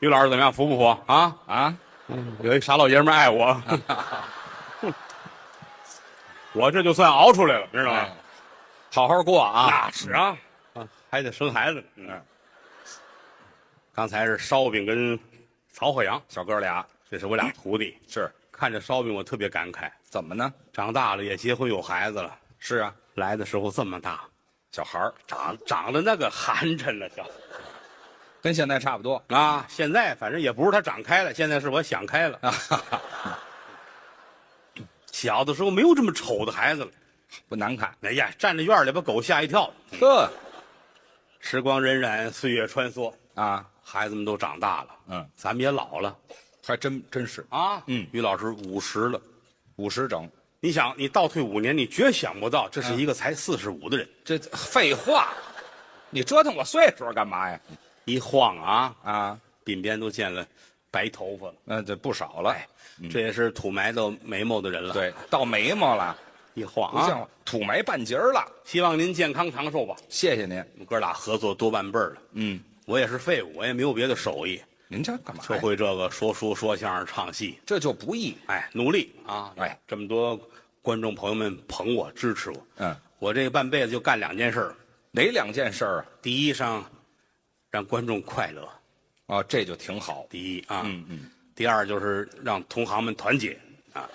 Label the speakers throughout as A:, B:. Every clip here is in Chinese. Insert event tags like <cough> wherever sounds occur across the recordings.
A: 于老师怎么样，服不服啊？
B: 啊，
A: 有一傻老爷们儿爱我，哼 <laughs> 我这就算熬出来了，知道吗？
B: 哎
A: 好好过啊，
B: 那是啊，
A: 啊还得生孩子。嗯，刚才是烧饼跟曹鹤阳小哥俩，这是我俩徒弟。
B: 嗯是
A: 看着烧饼，我特别感慨，
B: 怎么呢？
A: 长大了也结婚有孩子了，
B: 是啊，
A: 来的时候这么大，
B: 小孩儿
A: 长长得那个寒碜了，小
B: 跟现在差不多
A: 啊！现在反正也不是他长开了，现在是我想开了。
B: 啊，哈哈
A: <laughs> 小的时候没有这么丑的孩子了。
B: 不难看。
A: 哎呀，站在院里把狗吓一跳。
B: 呵
A: 时光荏苒，岁月穿梭，
B: 啊，
A: 孩子们都长大了，
B: 嗯，
A: 咱们也老了
B: 还真真是
A: 啊。
B: 嗯，
A: 于老师五十了，
B: 五十整，
A: 你想，你倒退五年，你绝想不到，这
B: 嗯
A: 是一个才四十五的人。
B: 这废话，你折腾我岁数干嘛呀？
A: 一晃啊，
B: 啊，
A: 鬓边都见了白头发了，
B: 那这不少了。
A: 这也是土埋到眉毛的人了。，
B: 嗯对，到眉毛了，
A: 一晃
B: 不
A: 啊，
B: 像话土埋半截儿了。
A: 希望您健康长寿吧。
B: 谢谢您。
A: 我们哥俩合作多半辈儿了，
B: 嗯，
A: 我也是废物，我也没有别的手艺，
B: 您这干嘛
A: 就
B: 呀？
A: 会这个说书、说相声、唱戏。
B: 这就不易。
A: 哎，努力啊！
B: 哎，
A: 这么多观众朋友们捧我、支持我，
B: 嗯，
A: 我这半辈子就干两件事儿：
B: 哪两件事儿啊？
A: 第一，上让观众快乐；
B: 哦，这就挺好。
A: 第一啊，嗯嗯；第二就是让同行们团结啊。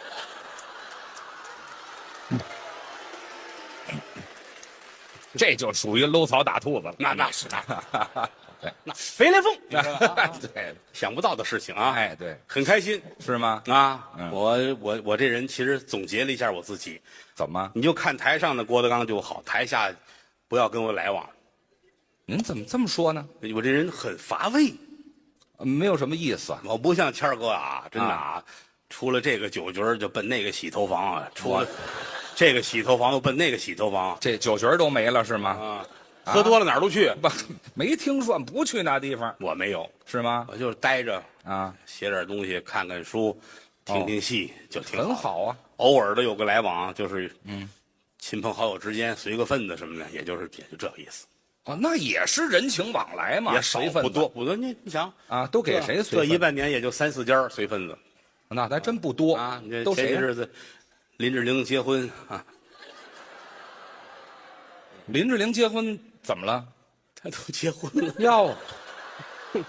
B: 这就属于搂草打兔子了。
A: 那那是
B: 啊
A: 那
B: 对，
A: 那肥来凤，你知道
B: <laughs>
A: 吧
B: 啊对，
A: 想不到的事情啊！
B: 哎，对，
A: 很开心
B: 是吗？
A: 啊！
B: 嗯
A: 我我我这人其实总结了一下我自己，
B: 怎么？
A: 你就看台上的郭德纲就好，台下不要跟我来往。
B: 您怎么这么说呢？呃
A: 我这人很乏味，
B: 没有什么意思啊。
A: 我不像谦儿哥啊，真的啊，出了这个酒局儿就奔那个洗头房啊，出了这个洗头房又奔那个洗头房
B: 这酒局儿都没了是吗？
A: 啊，喝多了哪儿都去。
B: 不，没听说不去那地方
A: 我没有，
B: 是吗？
A: 我就是待着，
B: 啊，
A: 写点东西，看看书，听听戏，就挺
B: 哦很好啊。
A: 偶尔的有个来往，就是嗯，亲朋好友之间随个份子什么的，也就是也就这意思，
B: 哦，那也是人情往来嘛，
A: 也少
B: 随份
A: 不
B: 子
A: 多不多。你你想
B: 啊，都给谁随
A: 这
B: 份子
A: 一半年也就三四家儿随份子
B: 那还真不多
A: 啊。你这
B: 都
A: 前些
B: 谁呀
A: 日子林志玲结婚啊，
B: 林志玲结婚怎么了？
A: 她都结婚了。
B: 哟， <laughs>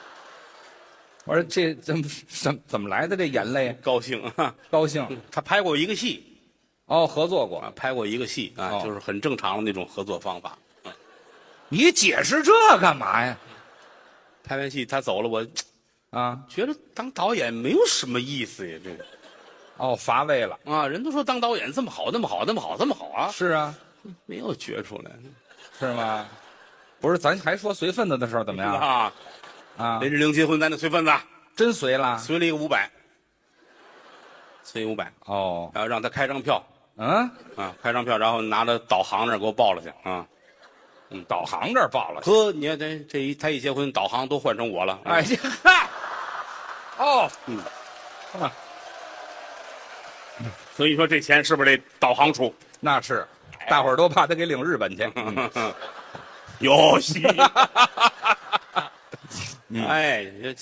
B: 我说这怎么怎么怎么来的这眼泪？
A: 高兴啊！
B: 高兴
A: <laughs> 他拍过一个戏
B: 哦，合作过
A: 啊，。拍过一个戏啊，
B: 哦
A: 就是很正常的那种合作方法。
B: 你解释这干嘛呀？
A: 拍完戏他走了，我
B: 啊，
A: 觉得当导演没有什么意思呀，这个
B: 哦，乏味了。
A: 啊，人都说当导演这么好，那么好，那么好，这么好啊，
B: 是啊，
A: 没有觉出来
B: 是吗？不是，咱还说随份子的事儿怎么
A: <laughs>
B: 样
A: 啊。
B: 啊？
A: 林志玲结婚，咱得随份子，
B: 真随了？
A: 随了一个五百，随五百，
B: 哦，
A: 然后让他开张票
B: 嗯，
A: 啊，开张票，然后拿到导航那儿给我报了去啊。
B: 导航这儿报了。
A: 呵，你看这这一他一结婚，导航都换成我了，
B: 哎
A: 哎，
B: 呀，嗨，哦，
A: 所以说这钱是不是得导航出？
B: 那是，大伙儿都怕他给领日本去。
A: <laughs> 有戏。哎，这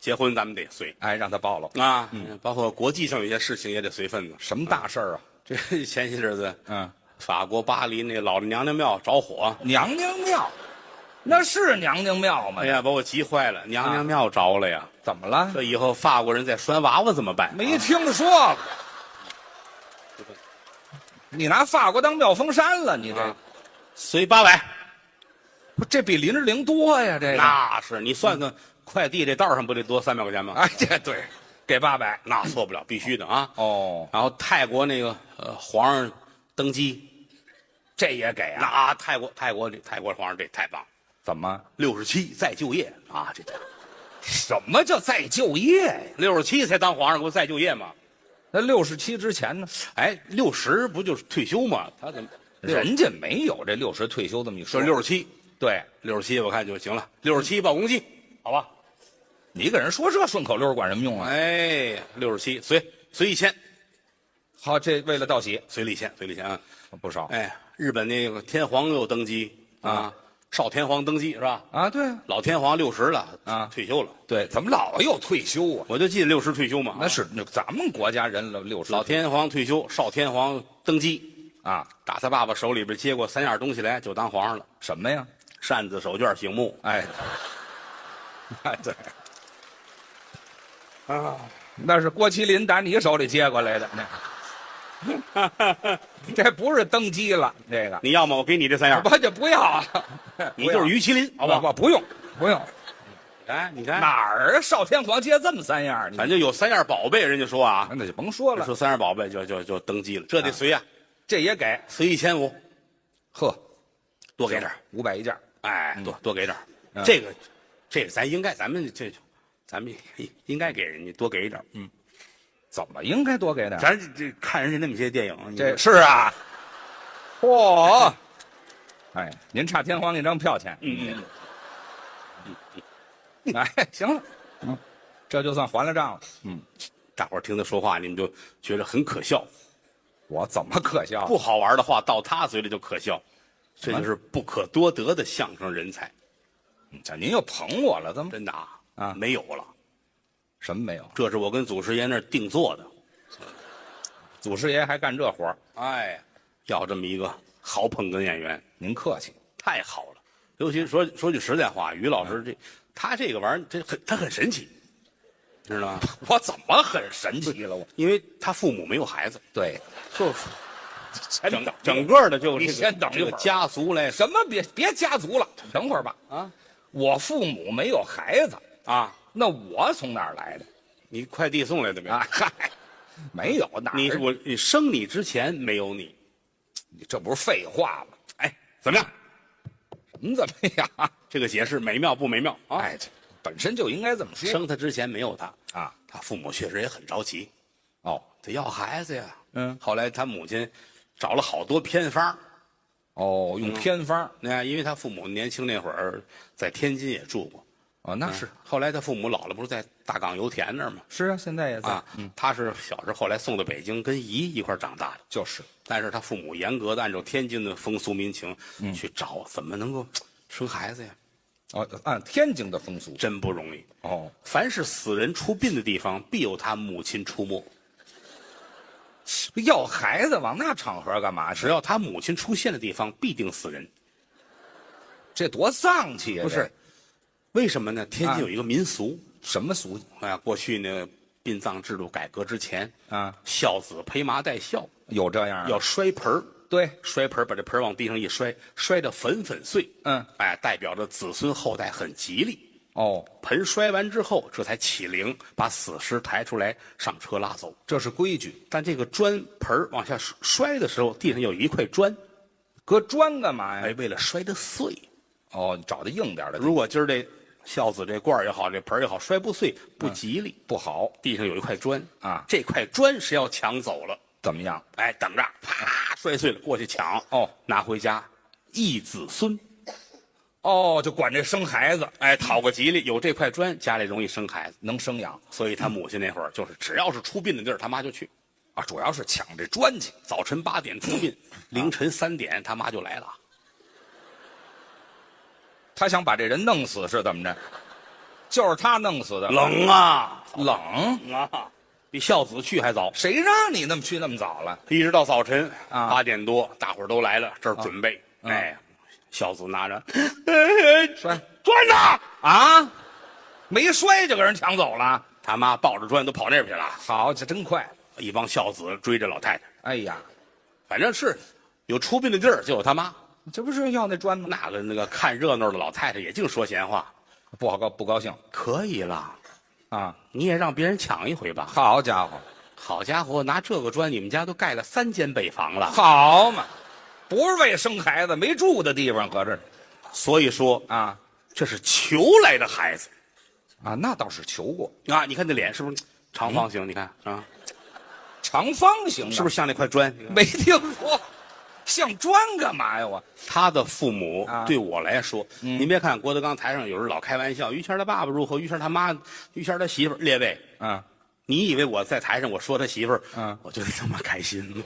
A: 结婚咱们得随
B: 哎，让他报了。
A: 啊，包括国际上有些事情也得随份子。
B: 什么大事儿啊？
A: 这前些日子，
B: 嗯，
A: 法国巴黎那老娘娘庙着火，
B: 娘娘庙，那是娘娘庙吗？
A: 哎呀，把我急坏了，娘娘庙着了呀！
B: 怎么了？
A: 这以后法国人再拴娃娃怎么办？啊
B: 没听说过。你拿法国当妙峰山了？你这、
A: 啊随八百，
B: 不这比林志玲多呀？这个，
A: 那是你算算快递这道上不得多三百块钱吗？
B: 哎，这对，给八百。
A: 那错不了，必须的啊！
B: 哦，
A: 然后泰国那个呃皇上登基，
B: 这也给啊？
A: 那泰国泰国这泰国皇上这太棒，
B: 怎么？
A: 六十七再就业啊，这太
B: 什么叫再就业呀？
A: 六十七才当皇上，不再就业吗？
B: 那六十七之前呢？
A: 哎，六十不就是退休吗？他怎么
B: 人家没有这六十退休这么一
A: 说
B: 说。
A: 六十七？
B: 对，
A: 六十七我看就行了，六十七报公祭，好吧？
B: 你给人说这顺口溜管什么用啊？
A: 哎，六十七随随一千，
B: 好，这为了道喜
A: 随了一千，随了一千啊！
B: 不少。嗯
A: 哎，日本那个天皇又登基啊，少天皇登基是吧？
B: 啊，对啊
A: 老天皇六十了
B: 啊
A: 退休了，
B: 对，怎么老又退休啊？
A: 我就记得六十退休嘛。啊
B: 那是那咱们国家人了六十
A: 老天皇退休，少天皇登基，
B: 啊，
A: 打他爸爸手里边接过三样东西来，就当皇上了：
B: 什么呀？
A: 扇子、手绢、醒目。 <laughs>
B: 哎，哎对，啊，
A: 啊
B: 那是郭麒麟打你手里接过来的，
A: <laughs>
B: 那这不是登基了，这个
A: 你要么我给你这三样，
B: 不就不要啊？
A: 你就是于麒麟，好
B: 好
A: 不
B: 吧？
A: 好？
B: 不不用不用，
A: 哎，你看，
B: <laughs> 哪儿啊？少天皇接这么三样儿，你
A: 反正有三样宝贝，人家说啊，
B: 那就甭说了，
A: 说三样宝贝就就就登基了，这得随啊呀、
B: 这也给
A: 随一千五，
B: 呵，
A: 多给点儿
B: 五百一件儿，
A: 哎，多多给点儿
B: 嗯
A: 这个，这个咱应该，咱们这，咱们应应该给人家多给一点儿
B: 怎么应该多给点儿？
A: 咱这这看人家那么些电影，
B: 这是啊，嚯！ <laughs> 哎，您差天皇那张票钱。
A: 嗯嗯
B: <laughs> 哎，行了，嗯，这就算还了账了。
A: 大伙儿听他说话，你们就觉得很可笑，
B: 我怎么可笑？
A: 不好玩的话到他嘴里就可笑，这就是不可多得的相声人才，
B: 这您又捧我了，怎么
A: 真的啊，
B: 啊
A: 没有了，
B: 什么没有？
A: 这是我跟祖师爷那儿定做的，
B: 祖师爷还干这活儿
A: 哎，要这么一个好捧哏演员，
B: 您客气。
A: 太好了。尤其说说句实在话，于老
B: 嗯
A: 师这他这个玩意儿，这很他很神奇，知道吗？
B: 我怎么很神奇了？我
A: 因为他父母没有孩子，
B: <laughs> 对，
A: 就是
B: 整
A: 整整个的就
B: 你
A: 这个
B: 先等一
A: 这
B: 会
A: 个
B: 儿
A: 家族来
B: 什么别别家族了，等会儿吧。
A: 啊
B: 我父母没有孩子，
A: 啊！
B: 那我从哪儿来的
A: 你快递送来的没有？
B: 啊？嗨，没有哪儿
A: 你我你生你之前没有你，
B: 你这不是废话吗？
A: 哎，怎么样？
B: 你怎么样？
A: 这个解释美妙不美妙啊？
B: 哎，这本身就应该这么说
A: 生他之前没有他，
B: 啊。
A: 他父母确实也很着急，
B: 哦
A: 得要孩子呀。
B: 嗯
A: 后来他母亲找了好多偏方儿，
B: 哦，
A: 嗯
B: 用偏方儿
A: 那因为他父母年轻那会儿在天津也住过，
B: 哦，那是
A: 后来他父母老了，不是在大港油田那儿吗？
B: 是啊，现在也在
A: 啊，，他是小时候后来送到北京，跟姨一块儿长大的。
B: 就是
A: 但是他父母严格的按照天津的风俗民情去找，怎么能够生孩子呀？
B: 哦，按天津的风俗
A: 真不容易。
B: 哦，
A: 凡是死人出殡的地方，必有他母亲出没。
B: 要孩子往那场合干嘛去
A: 只？要他母亲出现的地方，必定死人。
B: 这多丧气啊！
A: 不是，为什么呢？天津有一个民俗，
B: 这什么俗
A: 哎呀，过去呢，殡葬制度改革之前，
B: 啊？
A: 孝子披麻戴孝，
B: 有这样啊
A: 要摔盆儿，
B: 对
A: 摔盆儿把这盆儿往地上一摔，摔得粉粉碎。
B: 嗯，
A: 哎，代表着子孙后代很吉利。
B: 哦，
A: 盆摔完之后，这才起灵，把死尸抬出来上车拉走。
B: 这是规矩，
A: 但这个砖盆儿往下摔摔的时候，地上有一块砖，
B: 搁砖干嘛
A: 哎
B: 呀？，
A: 为了摔得碎。
B: 哦，你找的硬点儿的
A: 如果今儿这孝子这罐儿也好，这盆儿也好，摔不碎不吉利。
B: 不好，
A: 地上有一块砖
B: 嗯啊
A: 这块砖谁要抢走了，
B: 怎么样？
A: 哎，等着，啪摔碎了过去抢，
B: 哦，
A: 拿回家一子孙，
B: 哦，就管这生孩子
A: 哎，讨个吉利。有这块砖，家里容易生孩子。
B: 能生养
A: 所以他母亲那会儿就是，只要是出殡的地儿，他妈就去。
B: 啊，主要是抢这砖去。
A: 早晨八点出殡，凌晨三点他妈就来了。
B: 他想把这人弄死是怎么着？就是他弄死的。
A: 冷啊，
B: 冷，
A: 冷啊，比孝子去还早，
B: 谁让你那么去那么早了？
A: 一直到早晨
B: 啊
A: 八点多，大伙儿都来了，这儿准备。哎，孝子拿
B: <laughs>
A: 着哎
B: 摔
A: 砖呢，
B: 啊，没摔就给人抢走了。
A: 他妈抱着砖都跑那边去了。
B: 好，这真快。
A: 一帮孝子追着老太太，
B: 哎呀，
A: 反正是有出殡的地儿就有他妈。
B: 这不是要那砖吗？
A: 那个那个看热闹的老太太也净说闲话，
B: 不好高不高兴
A: 可以了，
B: 啊！
A: 你也让别人抢一回吧。
B: 好家伙，
A: 好家伙，拿这个砖，你们家都盖了三间北房了。
B: 好嘛，不是为生孩子，没住的地方合着
A: 所以说，
B: 啊
A: 这是求来的孩子
B: 啊，那倒是求过
A: 啊！你看这脸是不是长方
B: 嗯
A: 形？你看啊，
B: 长方形
A: 是
B: 是
A: 不
B: 不
A: 是像那块砖？
B: 是？没听说，像砖干嘛呀？我
A: 他的父母
B: 啊嗯
A: 对我来说，您别看郭德纲台上有时候老开玩笑，于谦他爸爸如何，于谦他妈，于谦他媳妇儿，列位，
B: 啊，
A: 你以为我在台上我说他媳妇儿，
B: 嗯
A: 我就这么开心？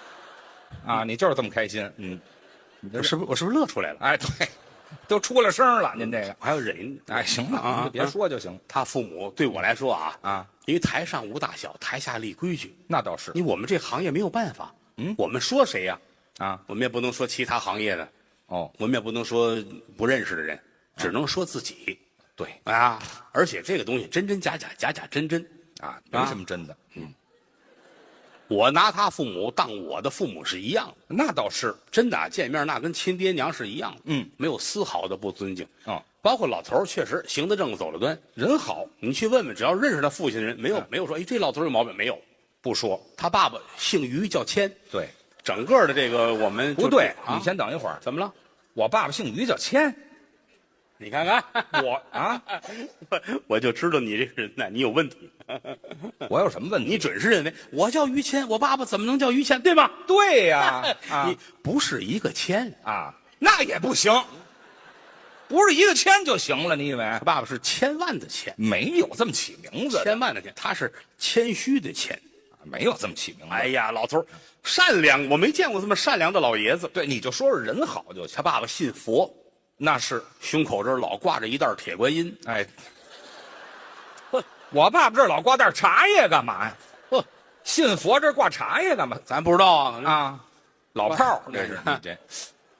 A: <laughs>
B: 啊，你就是这么开心，嗯，
A: 我是不是我是不是乐出来了？
B: 哎，对，都出了声儿了，您这个，
A: 我还要忍。
B: 哎，行了
A: 啊
B: 您就别说就行了
A: 他父母对我来说啊，
B: 啊，
A: 因为台上无大小，台下立规矩。
B: 那倒是
A: 你我们这行业没有办法，嗯，我们说谁呀、
B: 啊，
A: 我们也不能说其他行业的，
B: 哦，
A: 我们也不能说不认识的人，只能说自己
B: 对
A: 啊。而且这个东西真真假假，假假真真。
B: 啊，没什么真的，
A: 我拿他父母当我的父母是一样的，
B: 那倒是
A: 真的啊、见面那跟亲爹娘是一样的，
B: 嗯，
A: 没有丝毫的不尊敬。
B: 哦，
A: 包括老头儿确实行得正走得端，
B: 人好
A: 你去问问，只要认识他父亲的人，没有、
B: 嗯
A: 没有说哎这老头儿有毛病没有，不说。他爸爸姓于叫谦，
B: 对，
A: 整个的这个我们就
B: 不对？
A: 啊、
B: 你先等一会儿，
A: 怎么了？
B: 我爸爸姓于叫谦，
A: 你看看
B: <laughs> 我啊，
A: 我， <laughs> 我就知道你这个人呢，你有问题，
B: 我有什么问
A: 嗯
B: 题？
A: 你准是认为我叫于谦，我爸爸怎么能叫于谦，对吧？
B: 对呀，啊
A: 你不是一个谦，
B: 啊，那也不行，不是一个谦就行了，你以为
A: 他？爸爸是千万的谦，
B: 没有这么起名字的，
A: 千万的谦，他是谦虚的谦。
B: 没有这么起名字。
A: <laughs> 哎呀，老头儿善良，我没见过这么善良的老爷子。
B: 对，你就说说人好就行。
A: 他爸爸信佛，
B: 那是，
A: 胸口这儿老挂着一袋铁观音。
B: 哎，我爸爸这儿老挂袋茶叶干嘛呀？
A: 呵，
B: 信佛这儿挂茶叶干嘛
A: 咱不知道啊，
B: 啊？老炮儿
A: <laughs>
B: 这是
A: 嗯
B: 你这，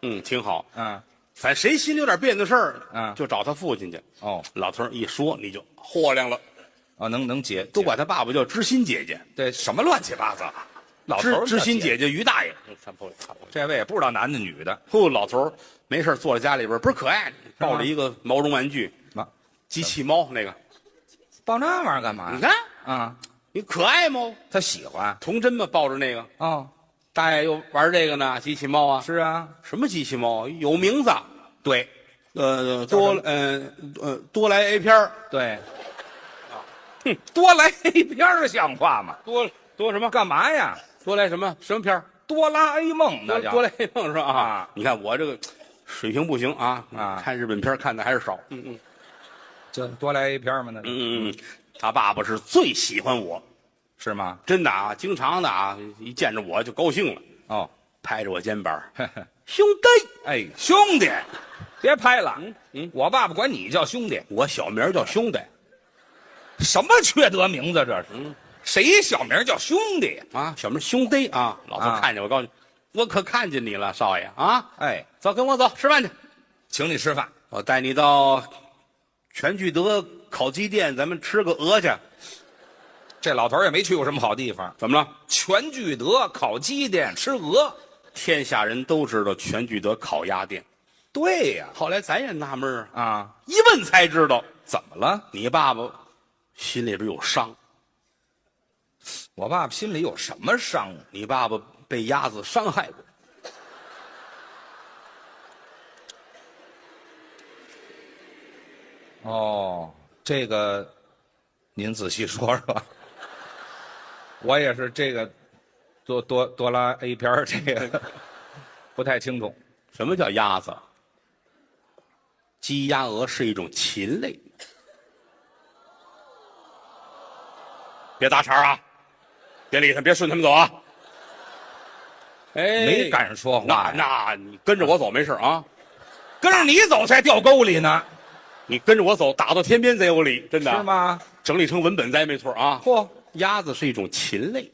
A: 嗯，挺好。
B: 嗯，
A: 反正谁心里有点别扭事儿，
B: 嗯
A: 就找他父亲去。
B: 哦
A: 老头儿一说，你就豁亮了，
B: 啊，能能解，
A: 都
B: 解
A: 管他爸爸叫知心姐姐，
B: 对什么乱七八糟，啊老头
A: 知
B: 儿
A: 知心
B: 叫
A: 姐
B: 解，
A: 姐于大爷。嗯他不会，他不会。
B: 这位也不知道男的女的，
A: 呼，老头儿没事儿坐在家里边儿倍儿可爱，
B: 吗
A: 抱着一个毛绒玩具
B: 妈，
A: 机器猫那个，
B: 抱那玩意儿干嘛
A: 你
B: 呀？
A: 看
B: 啊，
A: 你可爱吗？
B: 他喜欢
A: 童真吗？抱着那个，
B: 哦，
A: 大爷又玩这个呢，机器猫啊，
B: 是啊，
A: 什么机器猫？有名字，
B: 对
A: 呃，多呃呃多来 A 片儿
B: 对，哼，多来 A 片儿像话吗？
A: 多多什么？
B: 干嘛呀？
A: 多来什么什么片儿？
B: 哆啦 A 梦那
A: 多
B: 叫
A: 多来一梦是吧？啊
B: 啊，
A: 你看我这个水平不行啊
B: 啊
A: 看日本片儿看的还是少。嗯嗯
B: 这多来 A 片吗？那是
A: 嗯嗯，他爸爸是最喜欢我，
B: 是吗？
A: 真的啊，经常的啊，一见着我就高兴了，
B: 哦，
A: 拍着我肩膀，
B: 呵呵
A: 兄弟，
B: 哎，兄弟，别拍了。
A: 嗯
B: 我爸爸管你叫兄弟，
A: 我小名叫兄弟
B: 什么缺德名字这是？
A: 嗯
B: 谁小名叫兄弟呀？
A: 啊，小名兄弟啊，老头
B: 啊
A: 看见我告诉你，我可看见你了，少爷啊，
B: 哎，
A: 走，跟我走，吃饭去。
B: 请你吃饭。
A: 我哦带你到全聚德烤鸡店，咱们吃个鹅去。
B: 这老头儿也没去过什么好地方，
A: 怎么了？
B: 全聚德烤鸡店吃鹅。
A: 天下人都知道全聚德烤鸭店。
B: 对呀、
A: 后来咱也纳闷儿啊，
B: 啊，
A: 一问才知道，
B: 怎么了？
A: 你爸爸心里边有伤，
B: 我爸爸心里有什么伤？啊
A: 你爸爸被鸭子伤害过。
B: 哦，这个您仔细说说。我也是这个多多多拉 A 片儿这个 <laughs> 不太清楚。
A: 什么叫鸭子？鸡、鸭、鹅是一种禽类。别搭茬儿啊！别理他，别顺他们走啊！哎
B: 没敢说话呀
A: 那那你跟着我走没事儿啊？
B: 跟着你走才掉沟里呢，
A: 你跟着我走，打到天边才有理，真的
B: 是？啊吗？
A: 整理成文本咱也没错啊。
B: 嚯，
A: 鸭子是一种禽类，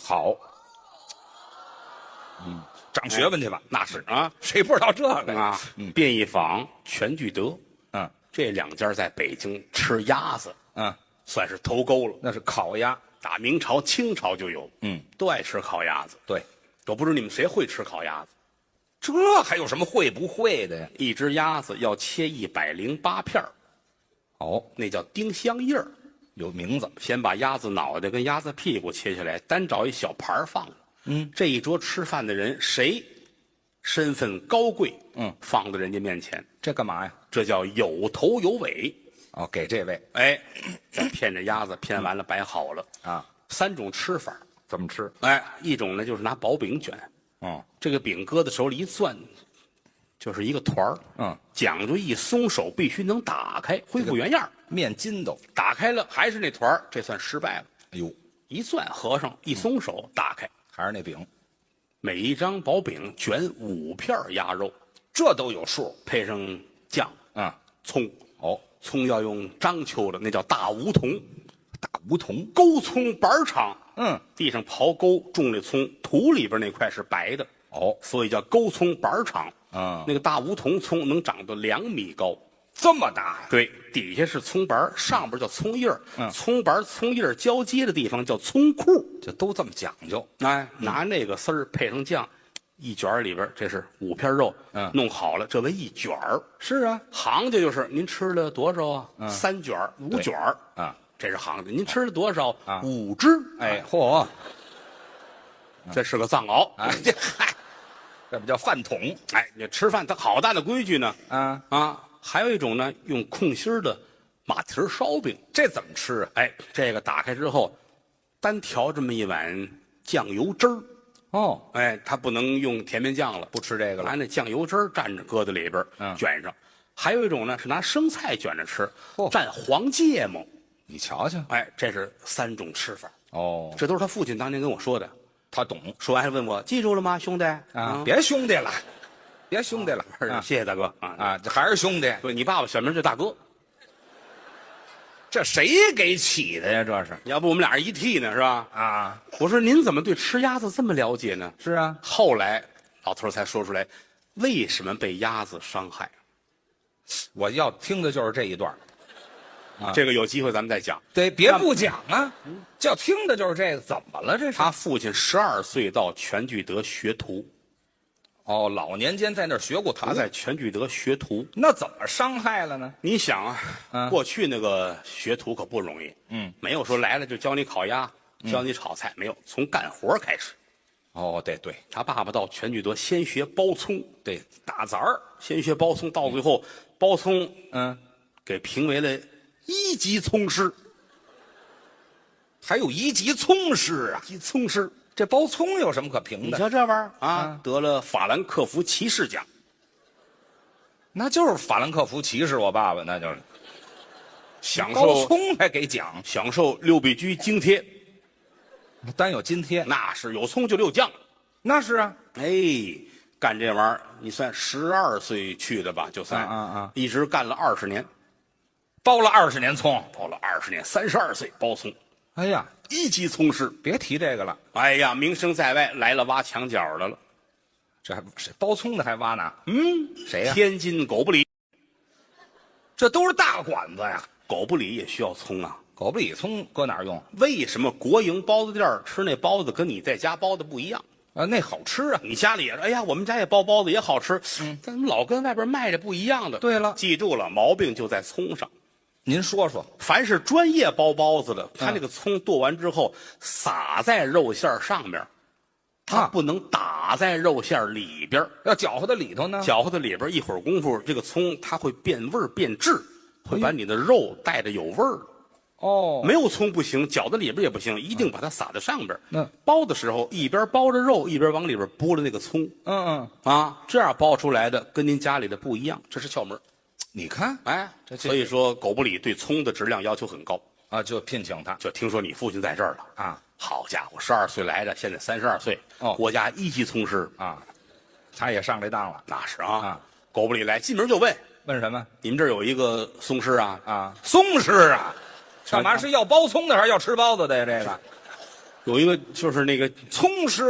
B: 好，嗯，长学问去吧。
A: 那是啊
B: 谁不知道这个呀？
A: 啊，便宜坊、全聚德
B: 嗯
A: 这两家在北京吃鸭子，
B: 嗯，
A: 算是头钩了。
B: 那是烤鸭。
A: 打明朝、清朝就有，
B: 嗯，
A: 都爱吃烤鸭子。
B: 对，
A: 我不知道你们谁会吃烤鸭子。
B: 这还有什么会不会的呀？
A: 一只鸭子要切一百零八片儿
B: 哦，
A: 那叫丁香叶儿。
B: 有名字。
A: 先把鸭子脑袋跟鸭子屁股切下来，单找一小盘儿放着。嗯，这一桌吃饭的人谁身份高贵，
B: 嗯，
A: 放到人家面前，
B: 这干嘛呀？
A: 这叫有头有尾。
B: 哦，给这位
A: 哎，再骗这鸭子，骗完了摆好了。
B: 啊，
A: 三种吃法，
B: 怎么吃？
A: 哎，一种呢就是拿薄饼卷，
B: 嗯
A: 这个饼搁在手里一攥，就是一个团儿。
B: 嗯，
A: 讲究一松手必须能打开，恢复原样儿。
B: 面筋斗。
A: 打开了还是那团儿，这算失败了。
B: 哎呦，
A: 一攥合上，一松手打开，
B: 还是那饼，
A: 每一张薄饼卷五片儿鸭肉，
B: 这都有数。
A: 配上酱、呃
B: 啊，
A: 葱，
B: 哦，
A: 葱要用章丘的，那叫大梧桐，
B: 大梧桐，
A: 沟葱板儿厂，
B: 嗯，
A: 地上刨沟种这葱，土里边那块是白的，
B: 哦，
A: 所以叫沟葱板儿厂。
B: 啊
A: 那个大梧桐葱能长到两米高，
B: 这么大，
A: 对，底下是葱白儿，上边叫葱叶儿
B: 嗯
A: 葱白儿、葱叶儿交接的地方叫葱库。
B: 就都这么讲究，
A: 哎，拿那个丝儿配上酱，一卷儿里边儿这是五片肉，
B: 嗯
A: 弄好了，这为一卷儿。
B: 是啊，
A: 行家就是您吃了多少啊？三卷儿、五
B: 嗯对
A: 卷儿
B: 啊，
A: 这是行家。您吃了多少？
B: 啊
A: 五只。啊
B: 哎，，嚯，
A: 这是个藏獒。
B: 哎，这嗨，这不叫饭桶
A: <laughs> 哎，你吃饭它好大的规矩呢。
B: 啊？
A: 啊，还有一种呢，用空心儿的马蹄儿烧饼。
B: 这怎么吃啊？
A: 哎，这个打开之后，单调这么一碗酱油汁儿。
B: 哦，
A: 哎，它不能用甜面酱了，
B: 不吃这个
A: 拿
B: 了，
A: 那酱油汁儿蘸着搁在里边儿，
B: 嗯
A: 卷上。还有一种呢是拿生菜卷着吃，
B: 嚯
A: 蘸黄芥末。
B: 你瞧瞧，
A: 哎，这是三种吃法，
B: 哦，
A: 这都是他父亲当年跟我说的。
B: 他懂
A: 说完还问我记住了吗，兄弟？
B: 啊，别兄弟了，别兄弟了
A: 是
B: 啊
A: <laughs> 谢谢大哥啊！
B: 啊，这还是兄弟，
A: 对你爸爸小名叫大哥，
B: 这谁给起的呀？这是
A: 要不我们俩人一替呢，是吧？
B: 啊，
A: 我说您怎么对吃鸭子这么了解呢？
B: 是啊，
A: 后来老头儿才说出来，为什么被鸭子伤害。
B: 我要听的就是这一段儿，啊
A: 这个有机会咱们再讲。
B: 对，别不讲啊，就听的就是这个，怎么了？这是
A: 他父亲十二岁到全聚德学徒，
B: 哦，老年间在那儿学过徒
A: 他，在全聚德学徒。
B: 那怎么伤害了呢？
A: 你想啊，
B: 嗯
A: 过去那个学徒可不容易，
B: 嗯，
A: 没有说来了就教你烤鸭，教你炒菜，没有，从干活开始。
B: 哦，对对
A: 他爸爸到全聚德先学包葱，
B: 对，大枣儿，
A: 先学包葱，到最后包葱
B: 嗯，
A: 给评为了一级葱师，
B: 还有一级葱师啊，
A: 一级葱师。
B: 这包葱有什么可评
A: 你
B: 的？
A: 瞧这玩意儿啊，得了法兰克福骑士奖。
B: 那就是法兰克福骑士，我爸爸那就是
A: 享
B: 包
A: 受
B: 葱还给奖，
A: 享受六必居津贴，
B: 单有津贴，
A: 那是有葱就有酱。
B: 那是啊，
A: 哎，干这玩意儿，你算十二岁去的吧，就算，
B: 啊啊啊
A: 一直干了二十年，
B: 包了二十年葱，
A: 包了二十年，三十二岁包葱，
B: 哎呀，
A: 一级葱师。
B: 别提这个了，
A: 哎呀，名声在外，来了挖墙角的了。
B: 这还谁包葱的还挖呢？嗯，谁呀？
A: 天津狗不理，
B: 这都是大馆子呀，
A: 狗不理也需要葱啊。
B: 狗不理葱搁哪儿用？
A: 为什么国营包子店儿吃那包子跟你在家包的不一样？
B: 啊，那好吃啊！
A: 你家里也说，哎呀，我们家也包包子也好吃，怎么老跟外边卖的不一样的？
B: 嗯对了
A: 记住了，毛病就在葱上。
B: 您说说，
A: 凡是专业包包子的，
B: 嗯
A: 他那个葱剁完之后撒在肉馅儿上面，它
B: 啊
A: 不能打在肉馅儿里边儿，
B: 要搅和到里头呢？
A: 搅和在里边儿，一会儿功夫，这个葱它会变味儿变质，
B: 哎
A: 会把你的肉带着有味儿。
B: 哦，
A: 没有葱不行，搅在里边儿也不行，一定把它撒在上边儿。
B: 嗯那
A: 包的时候一边包着肉，一边往里边拨了那个葱
B: 嗯嗯，
A: 啊，这样包出来的跟您家里的不一样，这是窍门儿。
B: 你看
A: 哎，
B: 这这
A: 所以说狗不理对葱的质量要求很高。
B: 啊，就聘请他
A: 就听说你父亲在这儿了
B: 啊！
A: 好家伙，十二岁来的，现在三十二岁，
B: 哦
A: 国家一级葱师，
B: 啊，他也上这当了。
A: 那是啊，
B: 啊
A: 狗不理来进门就问
B: 问什么
A: 你们这儿有一个松师啊，
B: 啊？松狮啊，
A: 全
B: 干嘛啊是要包葱的还是要吃包子的呀？这个
A: 有一个就是那个
B: 葱狮。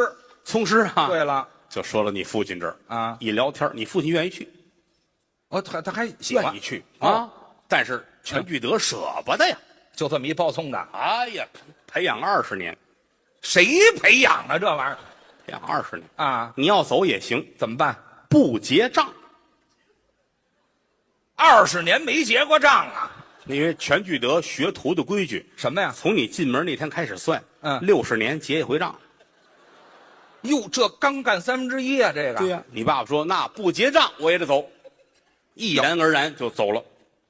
A: 葱师啊，
B: 对，了，
A: 就说了你父亲这儿
B: 啊
A: 一聊天，你父亲愿意去，
B: 哦，他他还喜
A: 愿
B: 欢
A: 意，去
B: 哦
A: 啊，但是全聚德舍不得呀，
B: 就这么一包葱的，
A: 哎呀，培养二十年，
B: 谁培养啊这玩意儿
A: 培养二十年，
B: 啊？
A: 你要走也行，
B: 怎么办？
A: 不结账，
B: 二十年没结过账啊？
A: 因为全聚德学徒的规矩，
B: 什么呀？
A: 从你进门那天开始算，
B: 嗯
A: 六十年结一回账。
B: 哟，这刚干三分之一啊，这个
A: 对呀、你爸爸说那不结账我也得走，毅然而然就走了。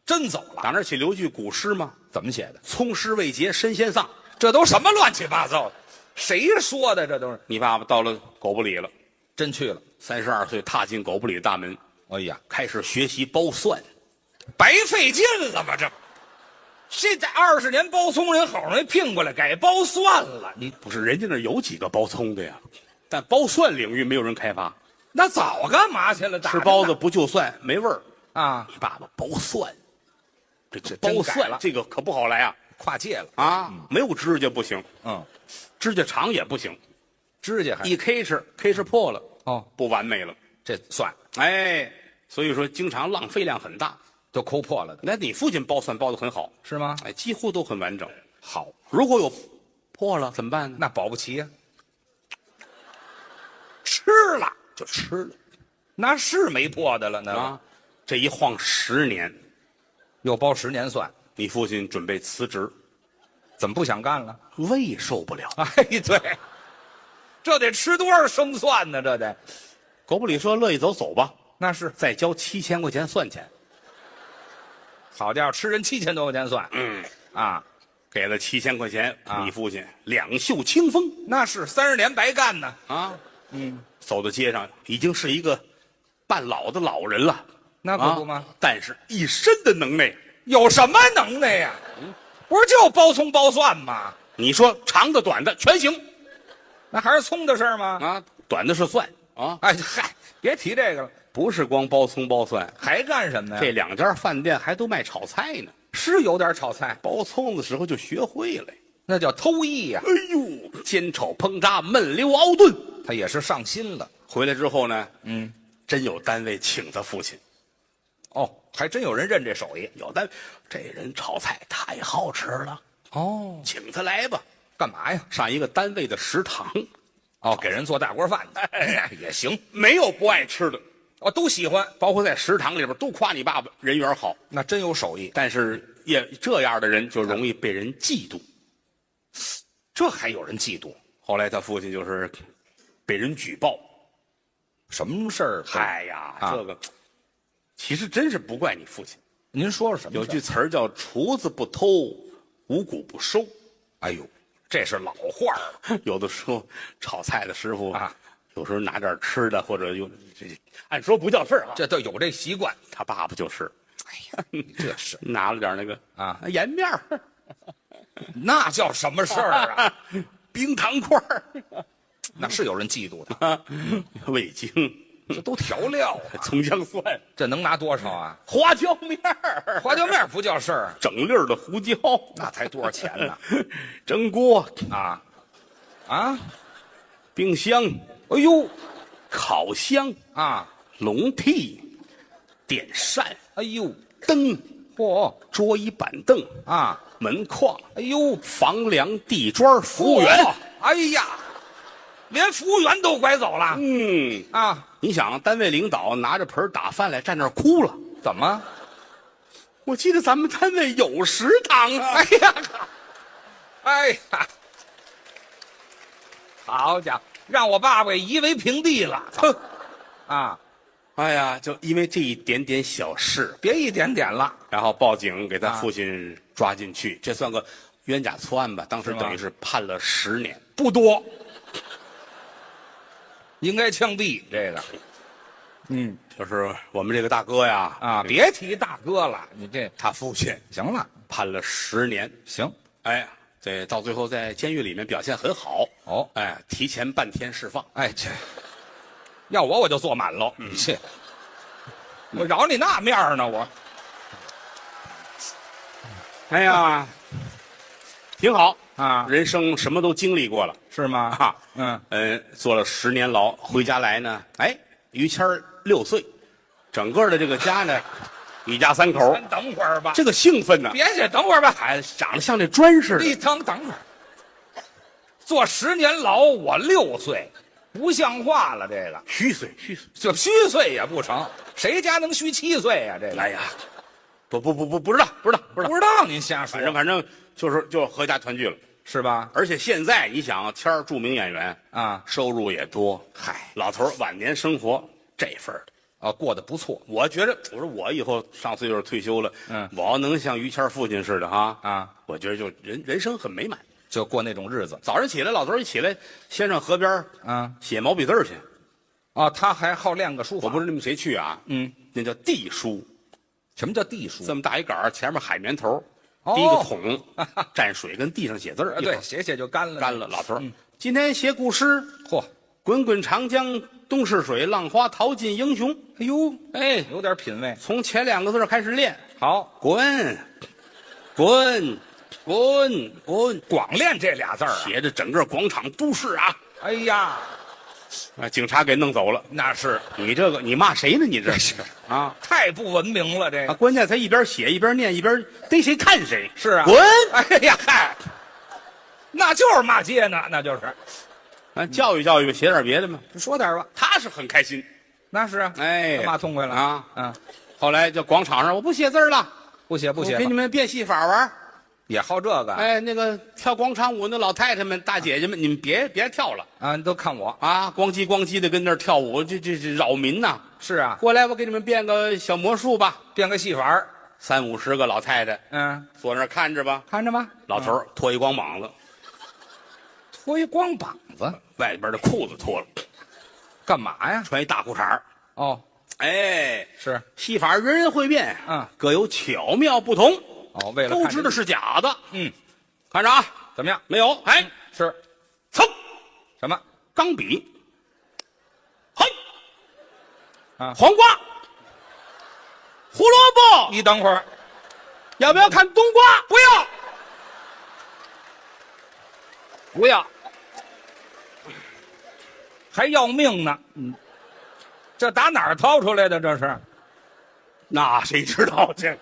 B: 真走了，
A: 打那儿起留句古诗嘛，
B: 怎么写的？
A: 葱师未结身先丧。
B: 这都什么乱七八糟的？谁说的？这都是
A: 你爸爸到了狗不理了，
B: 真去了。
A: 三十二岁踏进狗不理大门，
B: 哎呀，
A: 开始学习包蒜。
B: 白费劲了吧？这这在二十年包葱，人好容易聘过来，改包蒜了。你
A: 不是人家那儿有几个包葱的呀，但包蒜领域没有人开发，
B: 那早干嘛去了？打
A: 吃
B: 着
A: 包
B: 呢
A: 子不就蒜没味儿，
B: 啊，
A: 你爸爸剥蒜，这个
B: 这真
A: 剥
B: 改
A: 蒜
B: 了
A: 这个可不好来啊
B: 跨界了，
A: 啊！没有指甲不行，
B: 嗯，
A: 指甲长也不行，
B: 指甲还
A: 一 K 哧 K 哧破了，
B: 哦，
A: 不完美了。
B: 这蒜
A: 哎，所以说经常浪费量很大。
B: 都抠破了的，
A: 那你父亲剥蒜剥的很好，
B: 是吗？
A: 哎，几乎都很完整。
B: 好，
A: 如果有破了怎么办呢？
B: 那保不齐呀、
A: 吃了就吃了
B: 那是没破的了，那个、
A: 啊！这一晃十年，
B: 又包十年蒜，
A: 你父亲准备辞职，
B: 怎么不想干了？ <laughs>
A: 胃受不了。
B: 哎，对，这得吃多少生蒜呢？这得，
A: 狗不理说：“乐意走走吧，
B: 那是
A: 再交七千块钱算钱。
B: 好家伙，吃人七千多块钱蒜，嗯啊，”
A: 给了七千块钱，
B: 啊
A: 你父亲两袖清风
B: 那是三十年白干呢。
A: 啊，嗯，走到街上已经是一个半老的老人了，
B: 那可不吗
A: 啊但是一身的能耐，
B: 有什么能耐呀？不是就包葱包蒜吗？
A: 你说长的短的全行
B: 那还是葱的事儿吗？
A: 啊，短的是蒜啊，
B: 哎嗨，别提这个了，
A: 不是光包葱包蒜，
B: 还干什么呀？
A: 这两家饭店还都卖炒菜呢。
B: 是有点炒菜，
A: 包葱的时候就学会了。
B: 那叫偷艺呀、
A: 哎呦，煎炒烹炸焖溜熬炖，
B: 他也是上心了。
A: 回来之后呢，嗯，真有单位请他父亲，
B: 哦，还真有人认这手艺。
A: 有单位这人炒菜太好吃了，
B: 哦，
A: 请他来吧。
B: 干嘛呀？
A: 上一个单位的食堂，
B: 哦，给人做大锅饭的、也行。
A: 没有不爱吃的，
B: 哦，都喜欢，
A: 包括在食堂里边都夸你爸爸人缘好，
B: 那真有手艺。
A: 但是也这样的人就容易被人嫉妒。
B: 这还有人嫉妒？
A: 后来他父亲就是被人举报，
B: 什么事儿？，
A: 哎呀，
B: 啊
A: 这个其实真是不怪你父亲。
B: 您说说什么
A: 有
B: 事儿
A: 句词儿叫“厨子不偷，五谷不收
B: 哎呦，这是老话儿。”。
A: <laughs> 有的时候炒菜的师傅
B: 啊，
A: 有时候拿点吃的，或者用这，按说不叫事儿啊。
B: 这都有这习惯。
A: 他爸爸就是
B: 这是
A: 拿了点那个
B: 啊
A: 盐面儿、
B: <laughs> 那叫什么事儿 <laughs> 啊？
A: 冰糖块儿、 <laughs>
B: 那是有人嫉妒的。
A: 味精、
B: 这都调料啊，
A: 葱姜蒜、
B: 这能拿多少啊？
A: 花椒面儿、
B: 花椒面儿不叫事儿，啊
A: 整粒儿的胡椒，
B: 那才多少钱呢？
A: <laughs> 蒸锅、
B: 啊啊！
A: 冰箱、
B: 哎呦
A: 烤箱、
B: 啊！
A: 笼屉、电扇、
B: 哎呦，
A: 灯、
B: 嚯
A: 桌椅板凳、
B: 啊！
A: 门框。
B: 哎呦，
A: 房梁、地砖、服务员。
B: 嚯！哎呀，连服务员都拐走了
A: 嗯，
B: 啊？
A: 你想，单位领导拿着盆儿打饭来，站那儿哭了。
B: 怎么？
A: 我记得咱们单位有食堂啊。
B: <laughs> 哎呀，哎呀！好家伙，让我爸爸给夷为平地了
A: 哼，
B: 啊！
A: <laughs> 哎呀，就因为这一点点小事，
B: 别一点点了，
A: 然后报警给他父亲抓进去，这算个冤假错案吧？当时
B: 是吗
A: 等于是判了十年。
B: 不多，应该枪毙这个
A: 就是我们这个大哥呀，
B: 啊！别提大哥了，你这
A: 他父亲
B: 行了，
A: 判了十年。
B: 行，
A: 哎，这到最后在监狱里面表现很好
B: 哦
A: 哎，提前半天释放。
B: 哎这，要我我就坐满喽，切、我饶你那面儿呢，我
A: 哎呀，挺好
B: 啊
A: 人生什么都经历过了
B: 是吗？
A: 啊。
B: 嗯，
A: 嗯，坐了十年牢，回家来呢，哎，于谦儿六岁，整个的这个家呢， <laughs> 一家三口，
B: 咱等会儿吧，
A: 这个兴奋呢，
B: 别去，等会儿吧，哎
A: 孩子长得像这砖似
B: 你
A: 的，
B: 等等会儿，坐十年牢，我六岁，不像话了，这个
A: 虚岁虚岁。
B: 这虚岁也不成，谁家能虚七岁呀、这个
A: 哎呀，不不不不不知道不知道不知道，
B: 不知道您瞎说
A: 反，正反正就是就合家团聚了。
B: 是吧？
A: 而且现在你想，谦儿著名演员
B: 啊
A: 收入也多，嗨，老头儿晚年生活这份儿的。
B: 啊，过得不错
A: 我觉着，我说我以后上岁数退休了，
B: 嗯
A: 我要能像于谦儿父亲似的哈，
B: 啊，
A: 我觉得就人人生很美满。
B: 就过那种日子
A: 早上起来，老头儿一起来，先上河边儿
B: 啊
A: 写毛笔字儿去。
B: 啊。他还好练个书法，
A: 我不知道你们谁去啊？嗯，那叫地书，
B: 什么叫地书
A: 这么大一杆儿，前面海绵头
B: 哦
A: 儿，第一个桶
B: <laughs>
A: 蘸水，跟地上写字儿。哎
B: 啊？
A: 一会
B: 对，嗯
A: 儿
B: 写写就干了，
A: 干了。老头儿今天写古诗，
B: 嚯，
A: 滚滚长江东逝水，浪花淘尽英雄。
B: 哎呦，
A: 哎，
B: 有点品位。
A: 从前两个字儿开始练，
B: 好，
A: 滚，滚，滚，滚，
B: 光练这俩字儿啊。
A: 写的整个广场都是啊！
B: 哎呀，
A: 啊，警察给弄走了。
B: 那是
A: 你这个，你骂谁呢？你这是啊
B: 太不文明了，这
A: 啊！
B: 个
A: 关键他一边写一边念，一边逮谁看谁。
B: 是啊。
A: 滚！
B: 哎呀，嗨，那就是骂街呢，那就是。
A: 啊，教育教育吧，写点别的嘛。
B: 说点吧，
A: 他是很开心。
B: 那是啊。
A: 哎
B: 他骂痛快了
A: 啊
B: 嗯，
A: 后来就广场上，我不写字儿了，
B: 不写啊不
A: 我
B: 写
A: 给
B: 吧
A: 你，们变戏法玩儿。
B: 也好这个。
A: 哎，那个跳广场舞那老太太们、大姐姐们，你们别别跳了
B: 啊，你都看我。
A: 啊！咣叽咣叽的跟那儿跳舞，这这这扰民呐！
B: 是啊，
A: 过来，我给你们变个小魔术吧。
B: 变个戏法儿。
A: 三五十个老太太
B: 嗯，
A: 坐那儿看着吧，
B: 看着吧，
A: 老头儿脱一光膀子，
B: 脱一光膀子
A: 外边的裤子脱了，
B: 干嘛呀？
A: 穿一大裤衩儿
B: 哦，
A: 哎，
B: 是
A: 戏法人人会变，
B: 嗯，
A: 各有巧妙不同，
B: 哦，为了
A: 都
B: 看
A: 知道是假的。
B: 嗯，
A: 看着啊，
B: 怎么样？
A: 没有，哎，
B: 是
A: 噌，
B: 什么？
A: 钢笔，嘿，
B: 啊
A: 黄瓜，胡萝卜，
B: 你等会儿，
A: 要不要看冬瓜？不要，
B: 不要，还要命呢。嗯，这打哪儿掏出来的？这是，
A: 那谁知道这？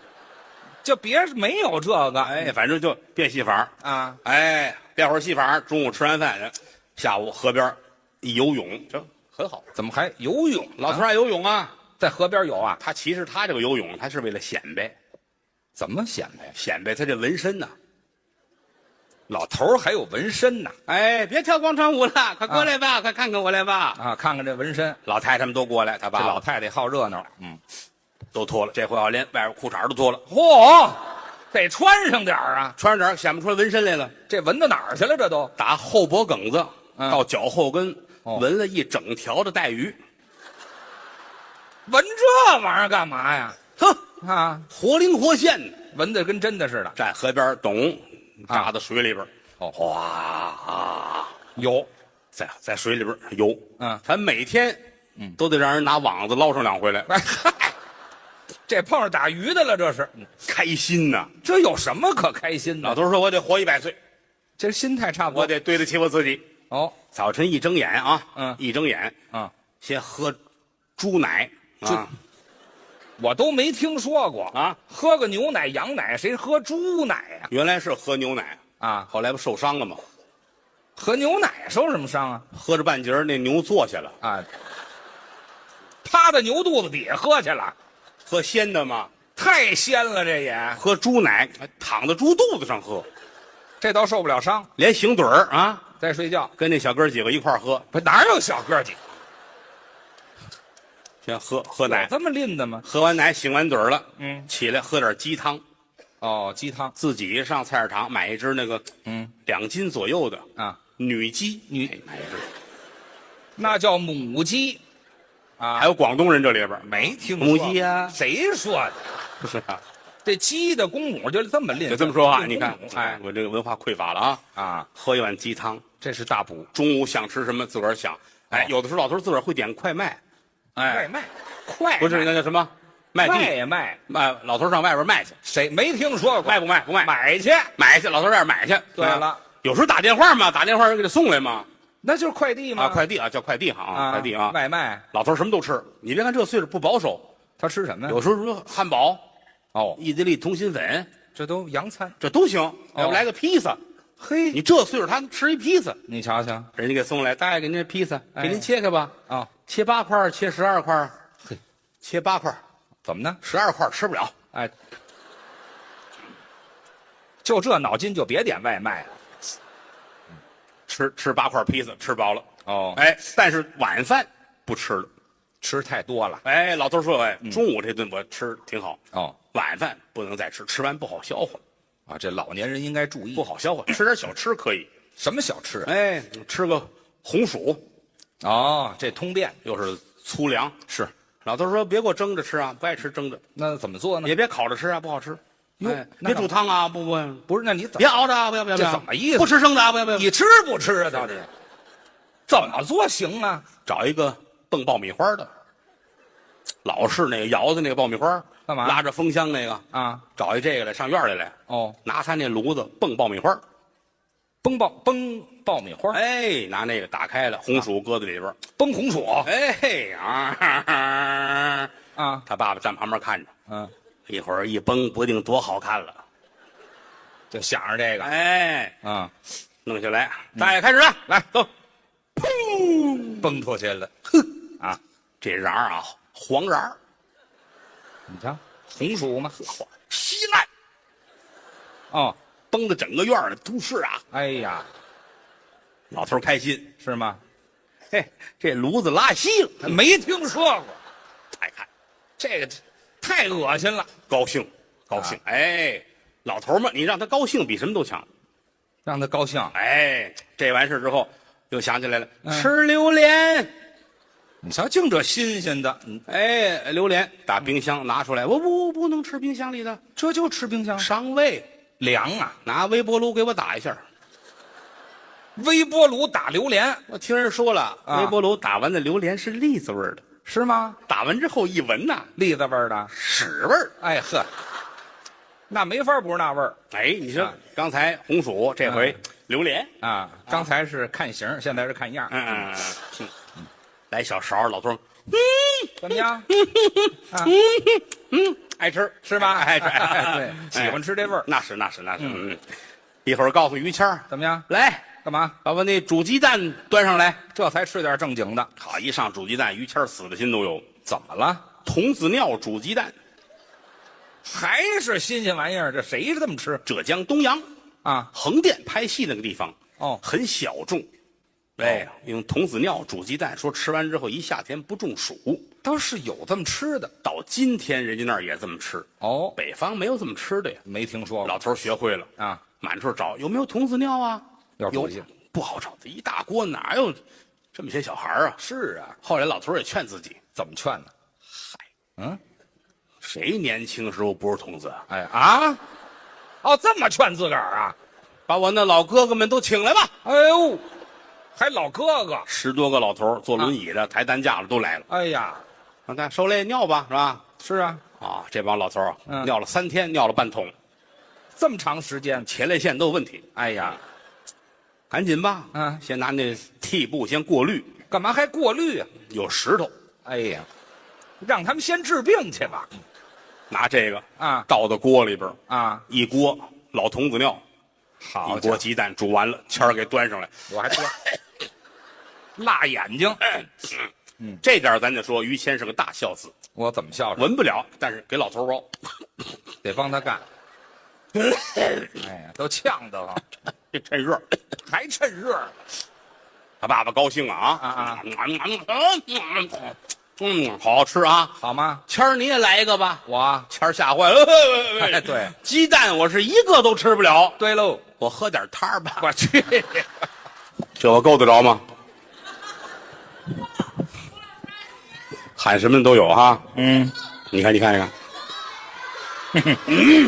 B: 就别没有这个。
A: 哎，反正就变戏法儿
B: 啊，
A: 哎，变会儿戏法儿中午吃完饭，下午河边儿一游泳，这很好。
B: 怎么还游泳？
A: 老头儿爱游泳啊，
B: 在河边游啊？
A: 他其实他这个游泳，他是为了显摆，
B: 怎么显摆？
A: 显摆他这纹身呢、
B: 老头儿还有纹身呢
A: 哎，别跳广场舞了，快过来吧，快看看我来吧。
B: 啊！看看这纹身，
A: 老太太们都过来，他
B: 这
A: 爸爸
B: 老太太好热闹。嗯，
A: 都脱了，这回要连外边裤衩都脱了，
B: 嚯，得穿上点儿啊！
A: 穿上点儿显不出来纹身来了，
B: 这纹到哪儿去了？这都
A: 打后脖梗子
B: 嗯
A: 到脚后跟，
B: 哦
A: 纹了一整条的带鱼，
B: 纹这玩意儿干嘛呀？
A: 哼，
B: 啊，
A: 活灵活现的，
B: 纹的跟真的似的。
A: 站河边儿懂，
B: 啊
A: 扎到水里边儿，
B: 哦
A: 哗啊，
B: 有
A: 在在水里边儿游，
B: 嗯
A: 他每天都得让人拿网子捞上两回来，
B: <laughs> 哎嗨，这碰上打鱼的了，这是，嗯
A: 开心呐、
B: 这有什么可开心
A: 老
B: 的？
A: 头说：“我得活一百岁，
B: 这心态差不
A: 我
B: 多。
A: 得对得起我自己。
B: 哦，”
A: 早晨一睁眼啊，
B: 嗯
A: 一睁眼
B: 啊，
A: 先喝猪奶啊
B: 我都没听说过
A: 啊，
B: 喝个牛奶、羊奶，谁喝猪奶呀、
A: 原来是喝牛奶，
B: 啊？
A: 后来不受伤了吗？
B: 喝牛奶受什么伤啊？
A: 喝着半截儿那牛坐下了，
B: 啊，趴在牛肚子底下喝去了，
A: 喝鲜的嘛，
B: 太鲜了，这也
A: 喝猪奶哎躺在猪肚子上喝，
B: 这倒受不了伤。
A: 连醒盹儿啊，
B: 再睡觉，
A: 跟那小哥几个一块儿喝，
B: 不哪有小个儿的？
A: 先喝喝
B: 有
A: 奶，
B: 这么吝的吗？
A: 喝完奶醒完盹儿了，
B: 嗯，
A: 起来喝点鸡汤，
B: 哦，鸡汤
A: 自己上菜市场买一只那个
B: 嗯
A: 两斤左右的
B: 啊，
A: 女鸡，
B: 女
A: 哎买一只。
B: 那叫母鸡，
A: 还有广东人这里边儿
B: 没听
A: 母鸡呀
B: <laughs> 谁说的？
A: 不是
B: <laughs>
A: 啊，
B: 这鸡的公母就这么吝，
A: 就这么说话。
B: 这
A: 你看
B: 公，母
A: 哎，，我这个文化匮乏了啊！
B: 啊，
A: 喝一碗鸡汤，
B: 这是大补，
A: 中午想吃什么自个儿想。
B: 哦
A: 哎，有的时候老头儿自个儿会点快卖，
B: 外
A: 哎，
B: 卖，快
A: 不是
B: 卖
A: 那叫什么卖地
B: 外卖，
A: 卖，老头儿上外边卖去，
B: 谁没听说过？
A: 卖不卖？不卖，
B: 买去，
A: 买去，老头儿外边买去。
B: 对了
A: 啊，有时候打电话嘛，打电话人给他送来嘛。
B: 那就是快递吗？
A: 啊，快递啊，叫快递哈，啊
B: 啊，
A: 快递啊。
B: 外卖，
A: 老头儿什么都吃，你别看这岁数不保守，
B: 他吃什么呀？
A: 有时候说汉堡、
B: 哦，
A: 意大利通心粉
B: 这都洋餐。
A: 这都行，
B: 哦
A: 要不来个披萨。
B: 嘿，啊
A: 你这岁数他吃一披萨，
B: 你瞧瞧，
A: 人家给送来，大爷给您这披萨，
B: 哎
A: 给您切开吧，
B: 啊，
A: 切八块儿，切十二块儿，
B: 嘿
A: 切八块儿，
B: 怎么呢？
A: 十二块儿吃不了，
B: 哎，就这脑筋就别点外卖了。
A: 吃吃八块儿披萨吃饱了，
B: 哦，
A: 哎，但是晚饭不吃了，
B: 吃太多了。
A: 哎，老头儿说，哎，
B: 嗯
A: 中午这顿我吃挺好，
B: 哦，
A: 晚饭不能再吃，吃完不好消化，
B: 啊，这老年人应该注意
A: 不好消化，吃点小吃可以，
B: 什么小吃啊？
A: 哎，吃个红薯
B: 哦，这通便
A: 又是粗粮，
B: 是，
A: 老头儿说别给我蒸着吃啊，不爱吃蒸的，
B: 那怎么做呢？
A: 也别烤着吃啊，不好吃，
B: 嗯哟
A: 哎，
B: 那
A: 别
B: 干
A: 煮汤啊，不不。
B: 不是，那你怎
A: 别熬着啊！不要不要不要！
B: 这怎么意思
A: 不吃生的啊！不要不要！
B: 你吃不吃啊？到底怎么做行啊？
A: 找一个蹦爆米花的，老式那个窑子那个爆米花，
B: 干嘛
A: 拉着风箱那个，
B: 啊，
A: 找一这个来上院里来，
B: 哦，
A: 拿他那炉子蹦爆米花，
B: 崩爆崩爆米花，
A: 哎，拿那个打开了，红薯搁在里边儿，
B: 崩红薯
A: 哎嘿啊哈哈，
B: 啊，
A: 他爸爸站旁边看着，
B: 嗯，
A: 一会儿一崩，不定多好看了，
B: 就想着这个
A: 哎，
B: 啊，
A: 弄下来，大爷开始了，
B: 来
A: 走，
B: 崩出去了，哼啊，
A: 这瓤儿啊，黄瓤儿，
B: 你瞧，红薯嘛，
A: 稀烂，
B: 哦，
A: 崩的整个院儿里都是啊，
B: 哎呀，
A: 老头儿开心，
B: 是吗？
A: 嘿，这炉子拉稀了，
B: 没听说过，
A: 哎看，
B: 这个太恶心了，
A: 高兴，高兴，哎，老头儿嘛，你让他高兴比什么都强，
B: 让他高兴。
A: 哎，这完事之后又想起来了，
B: 嗯
A: 吃榴莲。
B: 你瞧，净这新鲜的，嗯，
A: 哎，榴莲打冰箱拿出来，我不我不能吃冰箱里的，
B: 这就吃冰箱
A: 伤胃。
B: 凉啊！
A: 拿微波炉给我打一下。
B: 微波炉打榴莲
A: 我听人说了，
B: 啊
A: 微波炉打完的榴莲是栗子味儿的，
B: 是吗？
A: 打完之后一闻呐，
B: 栗子味儿的，
A: 屎味儿。
B: 哎呵，那没法不是那味儿
A: 哎，你说
B: 啊
A: 刚才红薯，这回榴莲，
B: 啊！哎刚才是看形儿，现在是看样儿，
A: 嗯嗯嗯嗯，来小勺，老头儿，
B: 嗯怎么 <laughs> 样？啊
A: 爱吃
B: 是吧？
A: 爱吃，
B: 嗯哎
A: 嗯哎，
B: <laughs> 对，喜欢吃这味儿，
A: 那是那是那是，嗯，一会儿告诉于谦儿
B: 怎么样？
A: 来，
B: 干嘛？
A: 把我那煮鸡蛋端上来。
B: 这才吃点正经的，
A: 好，一上煮鸡蛋，于谦儿死的心都有。
B: 怎么了？
A: 童子尿煮鸡蛋，
B: 还是新鲜玩意儿，这谁这么吃
A: 浙江东阳
B: 啊？
A: 横店拍戏那个地方，
B: 哦
A: 很小众。哎，用童子尿煮鸡蛋，说吃完之后一夏天不中暑。
B: 倒是有这么吃的
A: 到今天人家那儿也这么吃，
B: 哦，
A: 北方没有这么吃的呀。
B: 没听说过
A: 老头儿学会了，
B: 啊？
A: 满处找有没有童子尿啊？
B: 要是
A: 有
B: 不信，
A: 不好找，一大锅哪有这么些小孩儿啊？
B: 是啊，
A: 后来老头儿也劝自己，
B: 怎么劝呢？嗯，
A: 谁年轻时候不是童子啊？
B: 哎啊，哦，这么劝自个儿啊？
A: 把我那老哥哥们都请来吧。
B: 哎呦，还老哥哥，
A: 十多个老头儿坐轮椅的、抬担架的都来了，
B: 哎呀，
A: 让啊大家受累尿吧，是吧？
B: 是啊，
A: 啊，这帮老头儿啊、
B: 嗯
A: 尿了三天，尿了半桶，
B: 这么长时间，
A: 前列腺都有问题。
B: 哎呀，
A: 赶紧吧，
B: 嗯
A: 先拿那屉布先过滤，
B: 干嘛还过滤啊？
A: 有石头，
B: 哎呀，让他们先治病去吧。
A: 拿这个
B: 啊
A: 倒到锅里边儿，
B: 啊，
A: 一锅老童子尿，
B: 好
A: 一锅鸡蛋煮完了，谦儿给端上来。
B: 我还 <laughs> 说辣眼睛，嗯
A: 这点儿咱就说于谦是个大孝子，
B: 我怎么孝顺？
A: 闻不了，但是给老头儿包，
B: 得帮他干。哎呀，都呛得慌，
A: 这趁热。
B: <laughs> 还趁热呢
A: 他爸爸高兴了啊
B: 啊
A: 啊！嗯，好好吃啊！
B: 好吗？
A: 谦儿你也来一个吧。
B: 我啊
A: 谦儿吓坏 <laughs> 了，喂喂喂
B: 哎对
A: 鸡蛋我是一个都吃不了，
B: 对 <laughs> 喽，
A: 我喝点汤儿吧。
B: 我去，
A: 这我够得着吗？喊什么的都有哈。嗯，你看，你看，你看。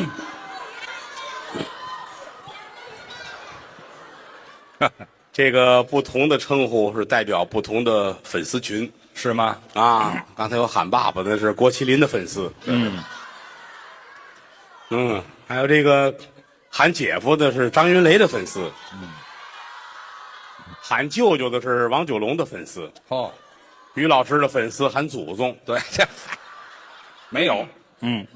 A: <laughs> 这个不同的称呼是代表不同的粉丝群
B: 是吗？
A: 啊。刚才有喊爸爸的是郭麒麟的粉丝，嗯嗯，还有这个喊姐夫的是张云雷的粉丝，
B: 嗯
A: 喊舅舅的是王九龙的粉丝，
B: 哦，
A: 于老师的粉丝喊祖宗，
B: <laughs> 对，这没有，嗯，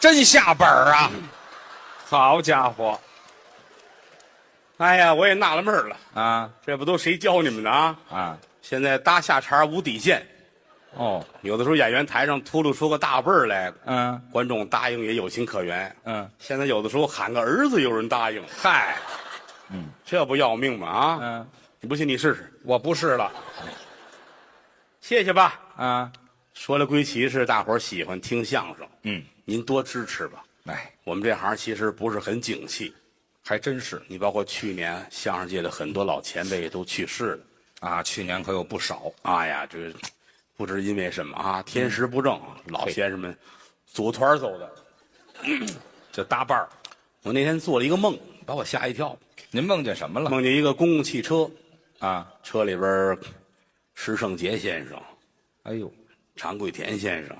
B: 真下本儿啊！好家伙
A: 哎呀，我也纳了闷儿了，
B: 啊
A: 这不都谁教你们的啊？
B: 啊
A: 现在搭下茬无底线，
B: 哦，
A: 有的时候演员台上秃噜出个大辈儿来，
B: 嗯
A: 观众答应也有情可原。
B: 嗯，
A: 现在有的时候喊个儿子有人答应，
B: 嗨，
A: 这不要命吗？啊，
B: 嗯，
A: 你不信你试试，
B: 我不是了
A: 谢谢吧。
B: 啊，
A: 说来归其是，大伙儿喜欢听相声，
B: 嗯，
A: 您多支持吧。
B: 哎，
A: 我们这行其实不是很景气，
B: 还真是
A: 你包括去年相声界的很多老前辈都去世了。
B: 啊，去年可有不少，
A: 哎呀，这不知因为什么啊，天时不正，
B: 嗯
A: 老先生们组团走的。
B: 就搭伴儿
A: 我那天做了一个梦，把我吓一跳。
B: 您梦见什么了
A: 梦见一个公共汽车，
B: 啊？
A: 车里边儿石圣杰先生、
B: 哎呦，
A: 常贵田先生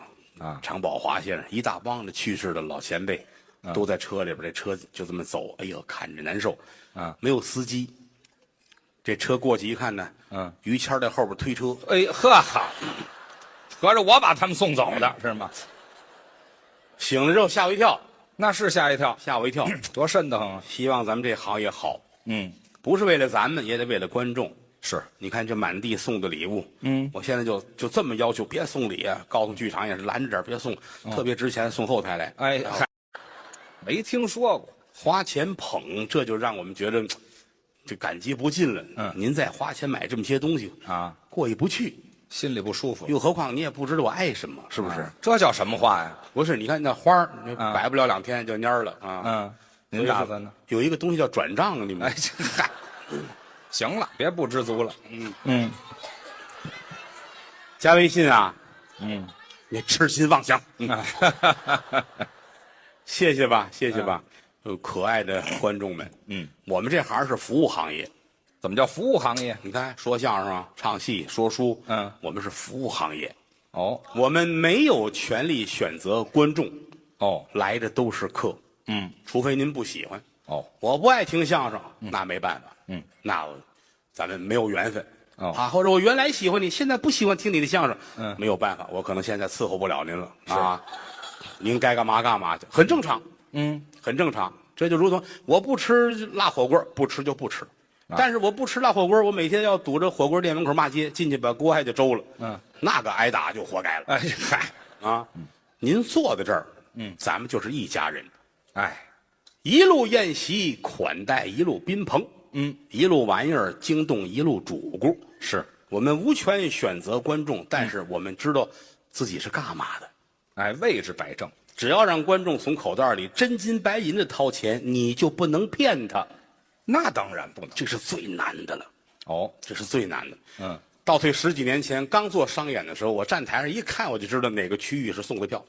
B: 啊
A: 常宝华先生，一大帮的去世的老前辈，
B: 啊
A: 都在车里边儿。这车就这么走，哎呦，看着难受
B: 啊！
A: 没有司机，这车过去一看呢，
B: 嗯，
A: 于谦儿在后边推车，
B: 哎呵哈，合着我把他们送走的是吗？
A: 醒了之后吓我一跳，
B: 那是吓一跳，
A: 吓我一
B: <clears throat>
A: 跳。
B: 多瘆得慌啊！
A: 希望咱们这行业好，
B: 嗯，
A: 不是为了咱们，也得为了观众。
B: 是
A: 你看这满地送的礼物，嗯，我现在就就这么要求，别送礼啊！告诉剧场也是拦着点儿，别送，特别值钱，送后台来。
B: 哦哎，
A: 然后
B: 嗨，没听说过。
A: 花钱捧，这就让我们觉得这感激不尽了。
B: 嗯
A: 您再花钱买这么些东西
B: 啊，
A: 过意不去。
B: 心里不舒服，
A: 又何况你也不知道我爱什么，啊是不是？
B: 这叫什么话呀？
A: 不是，你看那花儿，那摆不了两天就蔫儿了啊。
B: 嗯，
A: 所以
B: 您
A: 说
B: 打算呢？？
A: 有一个东西叫转账，你们
B: 哎，这嗨，行了，别不知足了。 <laughs> 嗯嗯，
A: 加微信啊？
B: 嗯，
A: 你痴心妄想。谢谢吧，谢谢吧，呃可爱的观众们。
B: 嗯，
A: 我们这行是服务行业，
B: 怎么叫服务行业？
A: 你看说相声、啊、唱戏、说书，
B: 嗯
A: 我们是服务行业，
B: 哦
A: 我们没有权利选择观众，
B: 哦，
A: 来的都是客，
B: 嗯
A: 除非您不喜欢。
B: 哦，
A: 我不爱听相声，那没办法，嗯，那我咱们没有缘分。
B: 哦
A: 啊，或者我原来喜欢你，现在不喜欢听你的相声，嗯，没有办法，我可能现在伺候不了您了啊，您该干嘛干嘛去，很正常，
B: 嗯，
A: 很正常。这就如同我不吃辣火锅，不吃就不吃。但是我不吃辣火锅，我每天要堵着火锅店门口骂街，进去把锅还得周了。
B: 嗯，
A: 那个挨打就活该了
B: 哎嗨，
A: 啊！您坐在这儿，嗯，咱们就是一家人，
B: 哎，
A: 一路宴席款待，一路宾朋，
B: 嗯，
A: 一路玩意儿惊动一路主顾。
B: 是，
A: 我们无权选择观众，但是我们知道自己是干嘛的。
B: 哎，位置摆正，
A: 只要让观众从口袋里真金白银的掏钱，你就不能骗他。
B: 那当然不能。
A: 这是最难的了，
B: 哦，
A: 这是最难的。
B: 嗯，
A: 倒退十几年前，刚做商演的时候，我站台上一看，我就知道哪个区域是送的票。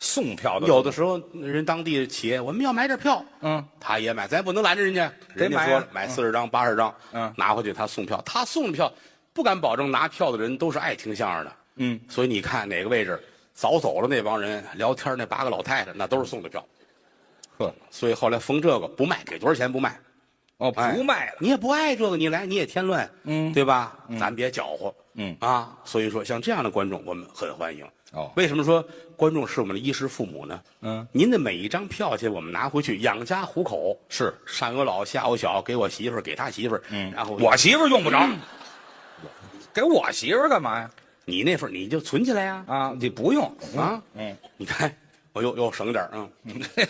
B: 送票的
A: 有的时候人当地的企业，我们要买点票，
B: 嗯，
A: 他也买，咱不能拦着人家。
B: 得
A: 人家
B: 买啊
A: 说了买四十张、八十张，
B: 嗯
A: 拿回去他送票，他送的票不敢保证拿票的人都是爱听相声的，
B: 嗯，
A: 所以你看哪个位置早走了那帮人聊天那八个老太太，那都是送的票。
B: 呵，
A: 所以后来封这个不卖，给多少钱不卖，
B: 哦，
A: 哎
B: 不卖了。
A: 你也不爱这个，你来你也添乱，嗯，对吧？咱别搅和，
B: 嗯
A: 啊，所以说像这样的观众我们很欢迎。
B: 哦
A: 为什么说观众是我们的衣食父母呢？
B: 嗯，
A: 您的每一张票钱我们拿回去养家糊口，
B: 是
A: 上有老下有小，给我媳妇儿给他媳妇儿，嗯然后
B: 我媳妇儿用不着，给我媳妇儿干嘛呀？
A: 你那份儿你就存起来呀，
B: 啊，你不用
A: 啊，
B: 嗯，
A: 你看我又又省点儿啊。 <laughs>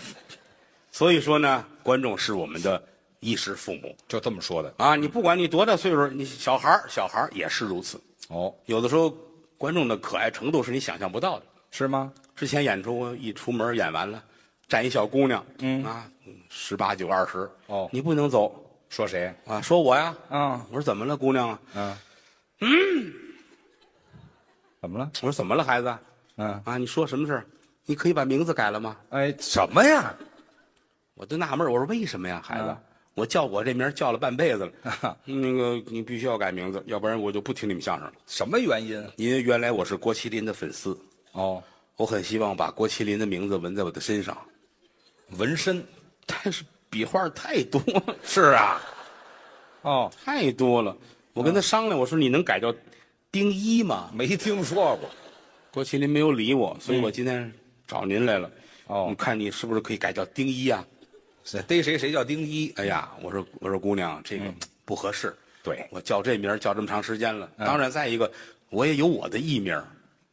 A: 所以说呢，观众是我们的衣食父母
B: 就这么说的。
A: 啊，你不管你多大岁数，你小孩儿小孩儿也是如此。
B: 哦，
A: 有的时候观众的可爱程度是你想象不到的。
B: 是吗？
A: 之前演出我一出门演完了，站一小姑娘，嗯啊，十八九二十，
B: 哦
A: 你不能走
B: 说谁？
A: 啊，说我呀，
B: 啊，
A: 我说怎么了，姑娘啊？
B: 怎么了？
A: 我说怎么了，孩子啊？
B: 嗯，
A: 啊，你说什么事儿你可以把名字改了吗？
B: 哎，什么呀？
A: 我就纳闷儿，我说为什么呀，孩子？
B: 啊
A: 我叫我这名儿叫了半辈子了
B: 啊，
A: <laughs> 那个你必须要改名字，要不然我就不听你们相声了。
B: 什么原因？
A: 因为原来我是郭麒麟的粉丝，
B: 哦，
A: 我很希望把郭麒麟的名字纹在我的身上，
B: 纹身。
A: 但是笔画太多了，
B: <laughs> 是啊。哦，
A: <laughs> 太多了。我跟他商量，我说你能改叫丁一吗？
B: 没听说过。
A: 郭麒麟没有理我，所以我今天找您来了。
B: 嗯哦
A: 你看你是不是可以改叫丁一啊？
B: 谁逮谁谁叫丁一。
A: 哎呀，我说我说姑娘，这个不合适。
B: 对
A: 我叫这名儿叫这么长时间了。当然，再一个，我也有我的艺名儿。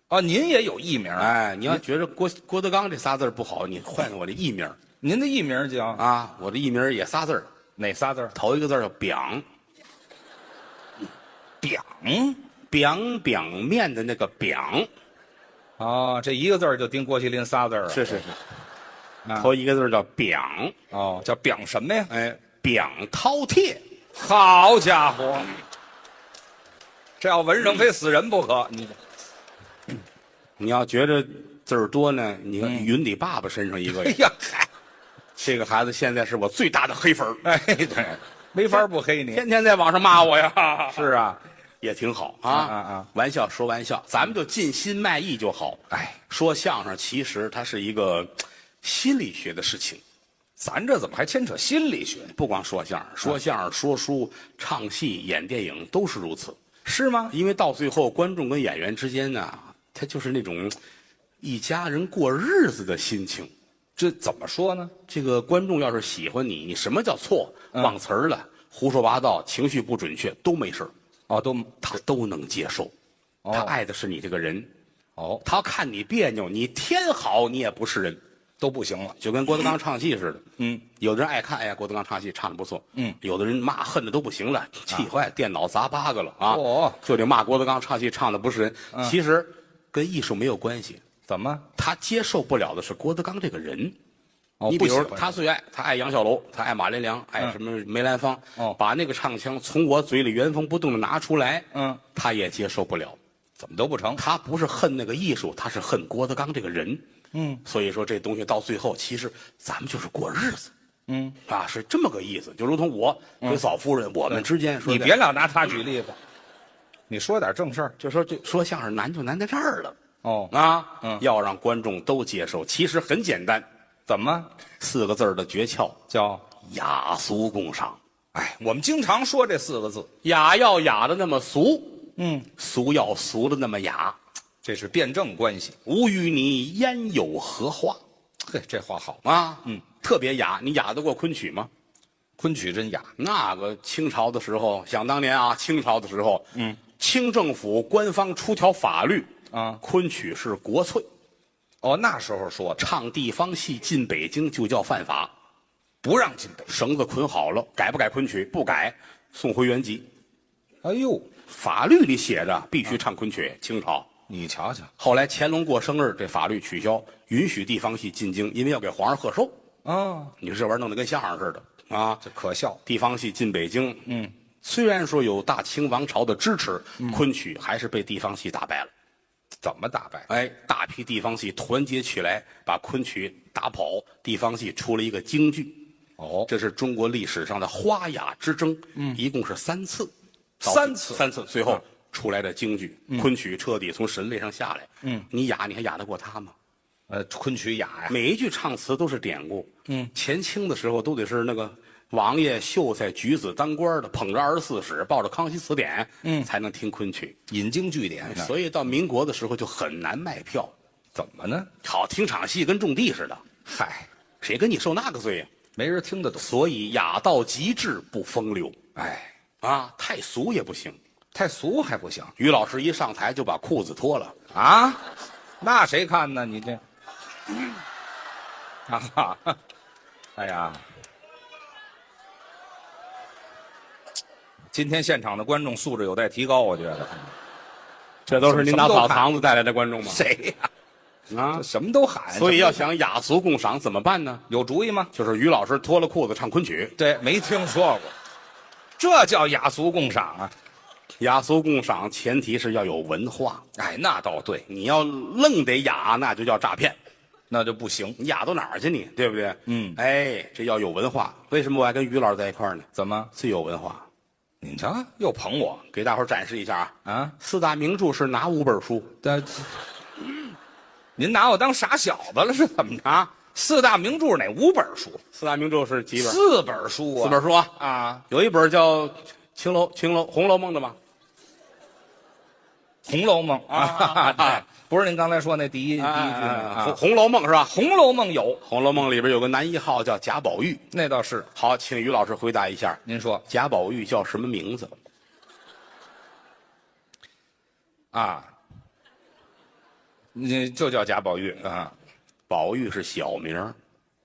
B: 哦，您也有艺名？
A: 哎，你要觉着郭郭德纲这仨字儿不好，你换我的艺名儿
B: 您的艺名叫
A: 啊。我的艺名儿也仨字儿，
B: 哪仨字儿？
A: 头一个字儿叫表，
B: 表。
A: 表表面的那个表，
B: 哦，这一个字儿就盯郭麒麟仨字儿啊。
A: 是是嗯是，
B: 啊
A: 头一个字儿叫表，
B: 哦，叫表什么呀？
A: 哎，表饕餮。
B: 好家伙，这要纹上非死人不可。你
A: 嗯你要觉着字儿多呢，你看云你爸爸身上一个 <laughs>
B: 哎，呀，嗨，
A: 这个孩子现在是我最大的黑粉儿
B: 哎，对，没法不黑你。
A: 天天在网上骂我 <laughs> 呀，
B: 是啊，
A: 也挺好啊
B: 啊啊！
A: 玩笑说玩笑，咱们就尽心卖艺就好。
B: 哎，
A: 说相声其实它是一个呃心理学的事情，
B: 咱这怎么还牵扯心理学？
A: 不光说相
B: 啊
A: 声，说相声、说书、唱戏、演电影都是如此。
B: 是吗？
A: 因为到最后，观众跟演员之间呢，他就是那种呃一家人过日子的心情。
B: 这怎么说呢？
A: 这个观众要是喜欢你，你什么叫错？
B: 嗯
A: 忘词儿了，胡说八道，情绪不准确都没事儿
B: 哦，都
A: 他都能接受。
B: 哦
A: 他爱的是你这个人，
B: 哦
A: 他看你别扭，你天好你也不是人，
B: 都不行了。
A: 就跟郭德纲唱戏似的。嗯，有的人爱看，哎呀，郭德纲唱戏唱的不错。嗯，有的人骂恨的都不行了，气坏，电脑砸八个了啊！
B: 啊哦嗯
A: 就得骂郭德纲唱戏唱的不是人。其实跟艺术没有关系，
B: 怎么？
A: 他接受不了的是郭德纲这个人。
B: 哦，
A: 你
B: 不
A: 比
B: 喜
A: 如
B: 欢嗯
A: 他最爱，他爱杨小楼，他爱马连良，爱什么梅兰芳，
B: 哦
A: 把那个唱腔从我嘴里原封不动的拿出来，
B: 嗯，
A: 他也接受不了。
B: 怎么都不成。
A: 他不是恨那个艺术，他是恨郭德纲这个人。嗯，所以说这东西到最后，其实咱们就是过日子。嗯，啊，是这么个意思，就如同我跟嫂夫人，我们之间说
B: 你
A: 的
B: 别老拿他举例子，你说点正事儿。
A: 就说这说相声难就难在这儿了
B: 哦，
A: 啊，要让观众都接受，其实很简单，
B: 怎么
A: 四个字儿的诀窍：
B: 叫？
A: 雅俗共赏。
B: 哎，我们经常说这四个字，
A: 雅要雅的那么俗，
B: 嗯，
A: 俗要俗的那么雅。
B: 这是辩证关系。
A: 吾与你焉有何话
B: 嘿，这话好，
A: 啊？嗯，特别雅，你雅得过昆曲吗？
B: 昆曲真雅。
A: 那个清朝的时候，想当年啊，清朝的时候，嗯，清政府官方出条法律
B: 啊
A: 昆曲是国粹，
B: 哦，那时候说的
A: 唱地方戏进北京就叫犯法，
B: 不让进北。
A: 绳子捆好了，改不改昆曲？不改，送回原籍。
B: 哎呦，
A: 法律里写着必须唱昆曲，清朝。
B: 你瞧瞧
A: 后来乾隆过生日，这法律取消，允许地方戏进京，因为要给皇上贺寿。
B: 啊，
A: 你说这玩意儿弄得跟相声似的啊！
B: 这可笑。
A: 地方戏进北京，嗯，虽然说有大清王朝的支持，昆曲还是被地方戏打败了。
B: 怎么打败？
A: 哎，大批地方戏团结起来，把昆曲打跑，地方戏出了一个京剧，
B: 哦，
A: 这是中国历史上的花雅之争，嗯，一共是三次，到
B: 三次
A: 三次，啊最后出来的京剧，昆曲彻底从神位上下来，嗯，你雅，你还雅得过他吗？
B: 呃，昆曲雅呀。
A: <laughs> 每一句唱词都是典故。嗯，前清的时候都得是那个王爷、秀才、举子、当官的，捧着《二十四史》，抱着《康熙词典》，嗯，才能听昆曲。
B: 引经据典呢？
A: 所以到民国的时候就很难卖票，
B: 怎么呢？
A: 好听场戏跟种地似的，
B: 嗨，
A: 谁跟你受那个罪呀、
B: 没人听得懂。
A: 所以雅到极致不风流
B: 哎，
A: 啊，太俗也不行。
B: 太俗还不行
A: 于老师一上台就把裤子脱了，
B: 啊？那谁看呢？你这， <laughs> 啊哈，哎呀，今天现场的观众素质有待提高，我觉得。
A: 这都是您拿
B: 什么都
A: 澡
B: 看
A: 堂子带来的观众吗？
B: <laughs> 谁呀、
A: 啊
B: 这，什么都喊，
A: 所以要
B: 什
A: 想雅俗共赏怎么办呢
B: 么？有主意吗？
A: 就是于老师脱了裤子唱昆曲。
B: 对，没听说过，这叫雅俗共赏啊！
A: 雅俗共赏，前提是要有文化。
B: 哎，那倒对，
A: 你要愣得雅，那就叫诈骗。
B: 那就不行。
A: 你雅到哪儿去你？对不对？
B: 嗯
A: 哎，这要有文化。为什么我爱跟于老师在一块儿呢？
B: 怎么？
A: 最有文化，
B: 你瞧，又捧我
A: 给大伙儿展示一下啊！
B: 啊？
A: 四大名著是哪五本书
B: 但您拿我当傻小子了是怎么着？
A: 啊？
B: 四大名著哪五本书？
A: 四大名著是几本？
B: 四本书啊！
A: 四本书啊！
B: 啊，
A: 有一本叫《青楼》，《青楼》《红楼梦》的吧？
B: 《红楼梦》 <laughs>
A: 啊
B: 啊，对不是您刚才说那第一第一句
A: 啊
B: 啊，
A: 红
B: 《
A: 红楼梦》是吧？《
B: 红楼梦》有，
A: 红楼梦》里边有个男一号叫贾宝玉。
B: 那倒是。
A: 好，请于老师回答一下，
B: 您说
A: 贾宝玉叫什么名字？
B: 啊，你就叫贾宝玉啊？
A: 宝玉是小名儿。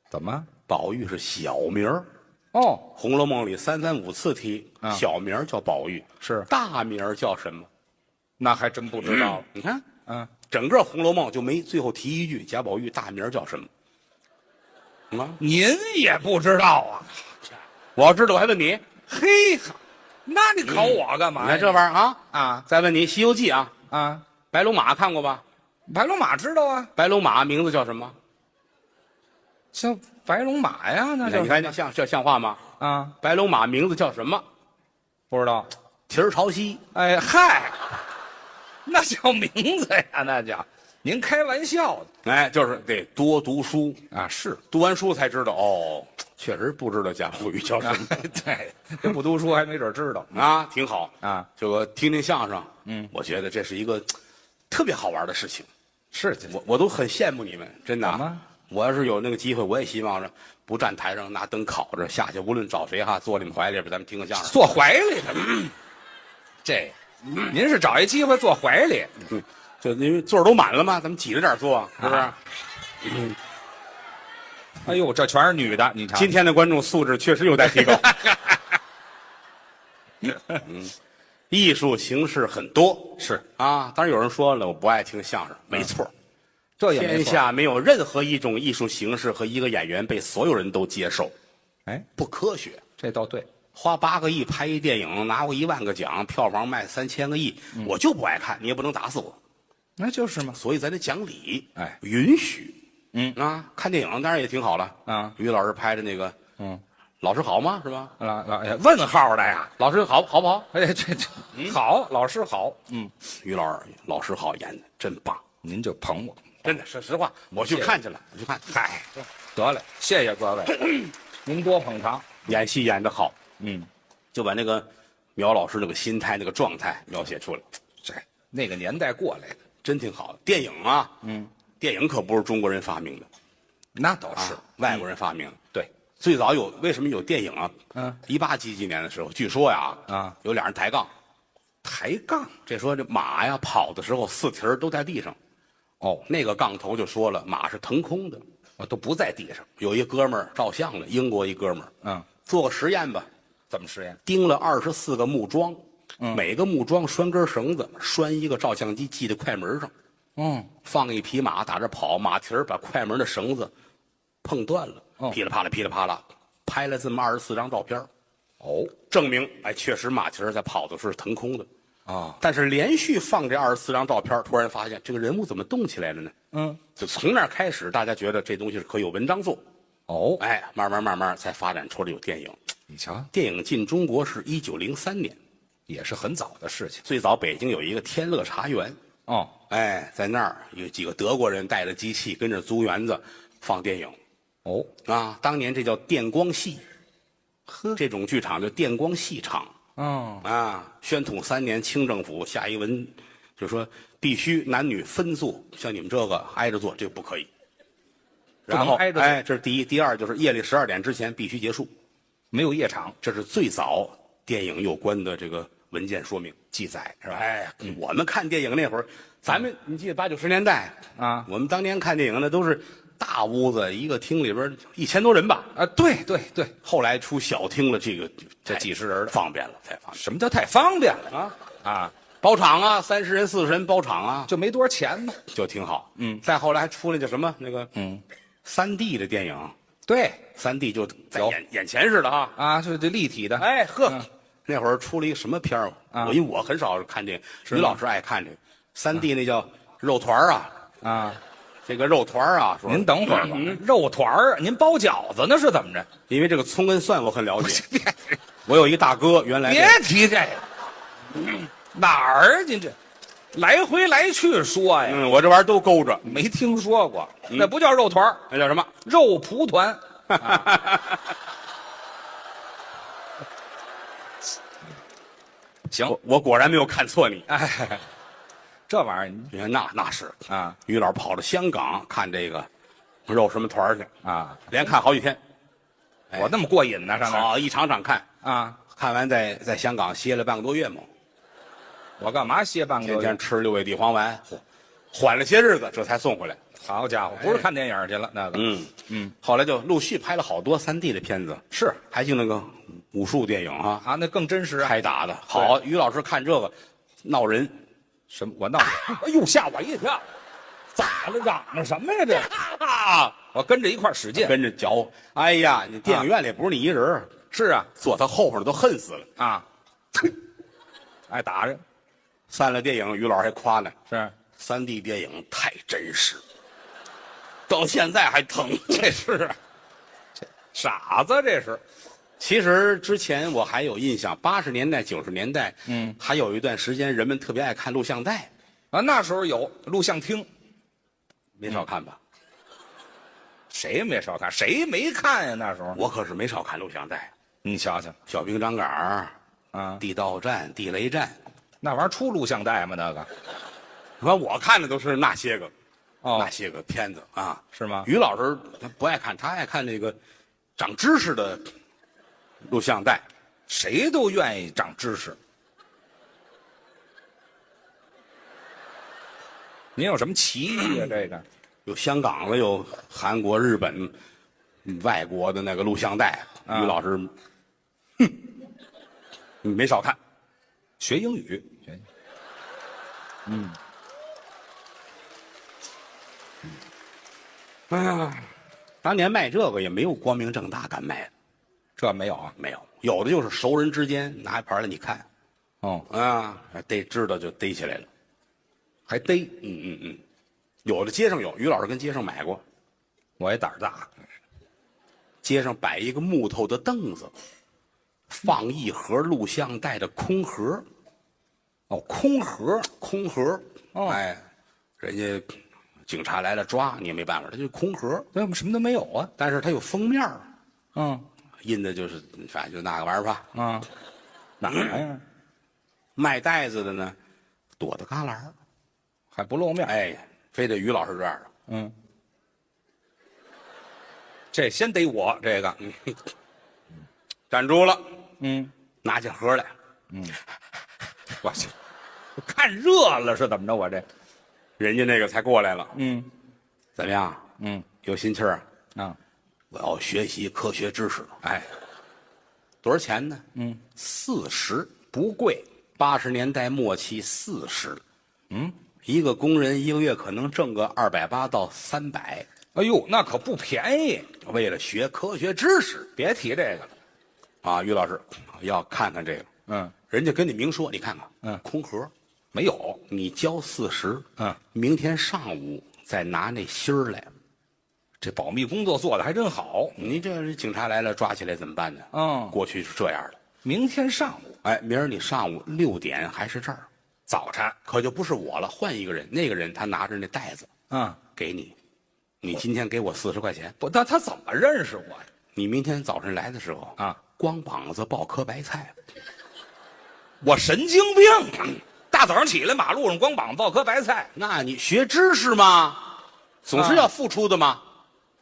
B: 怎么？
A: 宝玉是小名儿
B: 哦，
A: 《红楼梦》里三番五次提、
B: 啊
A: 小名儿叫宝玉，
B: 是
A: 大名儿叫什么？
B: 那还真不知道了。
A: 你看，
B: 嗯，
A: 整个《红楼梦》就没最后提一句贾宝玉大名儿叫什么。啊！
B: 您也不知道啊？
A: 我要知道，我还问你，
B: 嘿，那你考我干
A: 嗯你
B: 嘛呀？
A: 看这玩意儿啊！
B: 啊
A: 再问你，《西游记》啊，
B: 啊，
A: 白龙马看过吧？
B: 白龙马知道啊？
A: 白龙马名字叫什么？
B: 这白龙马呀，那就
A: 你看，像这像话吗？
B: 啊，
A: 白龙马名字叫什么？
B: 不知道。
A: 蹄儿朝西，
B: 哎嗨，那叫名字呀，那叫您开玩笑的
A: 哎，就是得多读书，
B: 啊，是。
A: 读完书才知道哦，确实不知道贾宝玉叫什么
B: 哎对，这不读书还没准知道。
A: 啊，挺好
B: 啊，
A: 这个听听相声，嗯，我觉得这是一个特别好玩的事情，
B: 是，我
A: 我我都很羡慕你们，真的啊。
B: 怎么
A: 我要是有那个机会，我也希望着不站台上拿灯烤着下去，无论找谁哈，坐你们怀里边，咱们听个 <laughs> 相声。
B: 坐怀里的。这，您是找一机会坐怀里，
A: 嗯，就因为座儿都满了嘛，咱们挤着点儿坐，是不是？
B: 啊哎呦，这全是女的，你瞧。
A: 今天的观众素质确实有待提 <laughs> 高。嗯艺术形式很多
B: 是，
A: 啊，当然有人说了，我不爱听相声，没错儿。
B: 这也没
A: 天
B: 错。
A: 下没有任何一种艺术形式和一个演员被所有人都接受，
B: 哎，
A: 不科学。
B: 这倒对，
A: 花八个亿拍一电影，拿过一万个奖，票房卖三千个亿，
B: 嗯
A: 我就不爱看，你也不能打死我。
B: 那就是嘛。
A: 所以咱得讲理，
B: 哎
A: 允许，
B: 嗯
A: 啊，看电影当然也挺好了
B: 啊
A: 于老师拍的那个，
B: 嗯，
A: 老师好吗？是吧？
B: 老老哎呀问号的呀。
A: 老师好好不好？
B: 哎，这这 <laughs> 好，老师好，嗯，
A: 于老师，老师好，演的真棒，
B: 您就捧我，
A: 真的是实话，我去
B: 谢谢
A: 看去了，我去看。嗨，
B: 得嘞，谢谢 <laughs> 各位，您多捧场，
A: 演戏演的好，
B: 嗯，
A: 就把那个苗老师那个心态、那个状态描写出来，
B: 这那个年代过来的，
A: 真挺好的。电影啊，嗯，电影可不是中国人发明的，
B: 那倒是、
A: 啊外国人发明的。
B: 对，
A: 最早有为什么有电影啊？
B: 嗯，
A: 一八几几年的时候，据说呀，
B: 啊，
A: 有俩人抬杠，
B: 抬杠
A: 这说这马呀跑的时候四蹄儿都在地上，
B: 哦，
A: 那个杠头就说了，马是腾空的。
B: 我哦都不在地上，
A: 有一哥们儿照相的，英国一哥们儿，
B: 嗯，
A: 做个实验吧，
B: 怎么实验？
A: 钉了二十四个木桩，每个木桩拴根绳子，拴一个照相机系在快门上，
B: 嗯，
A: 放一匹马打这跑，马蹄儿把快门的绳子碰断了，
B: 哦
A: 噼里啪啦噼里啪啦，拍了这么二十四张照片儿，
B: 哦，
A: 证明哎，确实马蹄儿在跑的时候是腾空的。
B: 啊，
A: 但是连续放这二十四张照片儿，突然发现这个人物怎么动起来了呢？
B: 嗯，
A: 就从那儿开始，大家觉得这东西是可有文章做，
B: 哦，
A: 哎，慢慢慢慢才发展出来有电影。
B: 你瞧，
A: 电影进中国是一九零三年，
B: 也是很早的事情，
A: 最早北京有一个天乐茶园，
B: 哦，
A: 哎，在那儿有几个德国人带着机器跟着租园子放电影
B: 哦，
A: 啊。当年这叫电光戏，这种剧场叫电光戏场
B: 嗯，
A: 啊。宣统三年，清政府下一文就说必须男女分坐，像你们这个挨着坐，这个不可以。
B: 不能
A: 然后，
B: 挨着坐
A: 哎，这是第一，第二就是夜里十二点之前必须结束，
B: 没有夜场，
A: 这是最早电影有关的这个文件说明记载，是吧？哎，我们看电影那会儿，咱们你记得八九十年代
B: 啊
A: 我们当年看电影那都是大屋子，一个厅里边一千多人吧。
B: 啊，对对对，
A: 后来出小厅了，这个
B: 这
A: 太
B: 几十人的
A: 哎方便了，太方便
B: 什么叫太方便了
A: 了啊！
B: 啊？
A: 包场啊，三十人、四十人包场啊，
B: 就没多少钱嘛，
A: 就挺好。嗯，再后来还出来叫什么那个嗯，三 D 的电影，
B: 对，
A: 三 D 就在
B: 有
A: 眼眼前似的啊。
B: 啊，就这立体的，
A: 哎呵，
B: 嗯
A: 那会儿出了一个什么片儿？
B: 啊
A: 我因为我很少看这个，于老师爱看这个。三弟那叫肉团儿啊，
B: 啊，
A: 这个肉团儿啊，说
B: 您等会儿吧，嗯肉团儿，您包饺子呢是怎么着？
A: 因为这个葱跟蒜我很
B: <laughs>
A: 了解。我有一大哥，原来
B: 别
A: 这
B: 提这个，哎哪儿啊您这来回来去说呀？
A: 嗯，我这玩意儿都勾着，
B: 没听说过，那不叫肉团儿，
A: 那叫什么？
B: 肉蒲团。啊行，
A: 我我果然没有看错你。
B: 哎，这玩意儿你
A: 你看那那是
B: 啊，
A: 于老师跑到香港看这个肉什么团儿去，
B: 啊，
A: 连看好几天，
B: 我那么过瘾呢，上那儿
A: 好一场场看，
B: 啊，
A: 看完在在香港歇了半个多月嘛，
B: 我干嘛歇半个
A: 天
B: 多
A: 天
B: 月？
A: 吃六味地黄丸，嚯缓了些日子，这才送回来。
B: 好家伙，不是看电影去了，那个
A: 嗯，嗯，后来就陆续拍了好多三 D 的片子，
B: 是
A: 还就那个武术电影啊，
B: 啊，那更真实啊。
A: 开打的。好，于老师看这个闹人，
B: 什么？我闹！ <laughs> 哎呦，吓我一跳！咋了？嚷嚷什么呀？这
A: 啊，
B: <laughs> 我跟着一块儿使劲。
A: 跟着嚼。哎呀，你
B: 啊
A: 电影院里不是你一人儿，
B: 是啊，
A: 坐他后边的都恨死了。
B: <laughs> 啊，爱打人
A: 散了电影，于老师还夸呢，
B: 是，
A: 三 D 电影太真实，到现在还疼。 <laughs>
B: 这是啊傻子这是，
A: 其实之前我还有印象，八十年代、九十年代，嗯，还有一段时间人们特别爱看录像带，
B: 啊，那时候有录像厅，
A: 没少看吧？
B: 谁没少看？谁没看呀？那时候
A: 我可是没少看录像带，
B: 你瞧瞧
A: 《小兵张杆儿》
B: 啊，
A: 地道战、地雷战，
B: 那玩意儿出录像带吗？那个
A: 反正我看的都是那些个、
B: 哦
A: 那，些个片子啊。
B: 是吗？
A: 于老师他不爱看，他爱看那个长知识的录像带。
B: 谁都愿意长知识。您有什么歧义啊？这个
A: 有香港的，有韩国、日本、嗯外国的那个录像带。
B: 啊
A: 于老师，哼，没少看。
B: 学英语，学英语
A: 哎呀，当年卖这个也没有光明正大敢卖的，
B: 这没有啊？
A: 没有，有的就是熟人之间拿一盘来你看
B: 哦，
A: 啊，逮知道就逮起来了。
B: 还逮，
A: 嗯嗯嗯，有的街上有，于老师跟街上买过，
B: 我也胆儿大。
A: 街上摆一个木头的凳子，放一盒录像带的空盒，
B: 哦，空盒，
A: 空盒，
B: 哦
A: 哎，人家警察来了抓你也没办法，他就空盒，
B: 对，我们什么都没有啊。
A: 但是它有封面儿
B: 嗯
A: 印的就是反正就那个玩意儿吧。
B: 啊，哎哪玩意儿啊
A: 卖袋子的呢，躲着旮旯儿，
B: 还不露面？，
A: 哎，非得于老师这啊样的，
B: 嗯，这先逮我这个，
A: 站住了，
B: 嗯，
A: 拿起盒来，
B: 我去，我看热了是怎么着？我这，
A: 人家那个才过来了，
B: 嗯
A: 怎么样？
B: 嗯
A: 有心气儿啊？
B: 啊，
A: 我要学习科学知识，
B: 哎，
A: 多少钱呢？嗯，四十，不贵。八十年代末期，四十。嗯，一个工人一个月可能挣个二百八到三百，
B: 哎呦，那可不便宜，
A: 为了学科学知识
B: 别提这个了。
A: 啊，于老师要看看这个，
B: 嗯，
A: 人家跟你明说，你看看，
B: 嗯
A: 空盒，
B: 没有，
A: 你交四十，
B: 嗯，
A: 明天上午再拿那芯儿来。
B: 这保密工作做的还真好。
A: 你这是警察来了抓起来怎么办呢？
B: 嗯
A: 过去是这样的。
B: 明天上午
A: 哎，明儿你上午六点还是这儿，
B: 早晨，
A: 可就不是我了，换一个人。那个人他拿着那袋子
B: 啊，
A: 给你，你今天给我四十块钱，
B: 不，那他怎么认识我呀？
A: 你明天早晨来的时候
B: 啊，
A: 光膀子抱棵白菜，
B: 我神经病啊！大早上起来，马路上光膀子抱棵白菜。
A: 那你学知识嘛，总
B: 啊
A: 是要付出的嘛。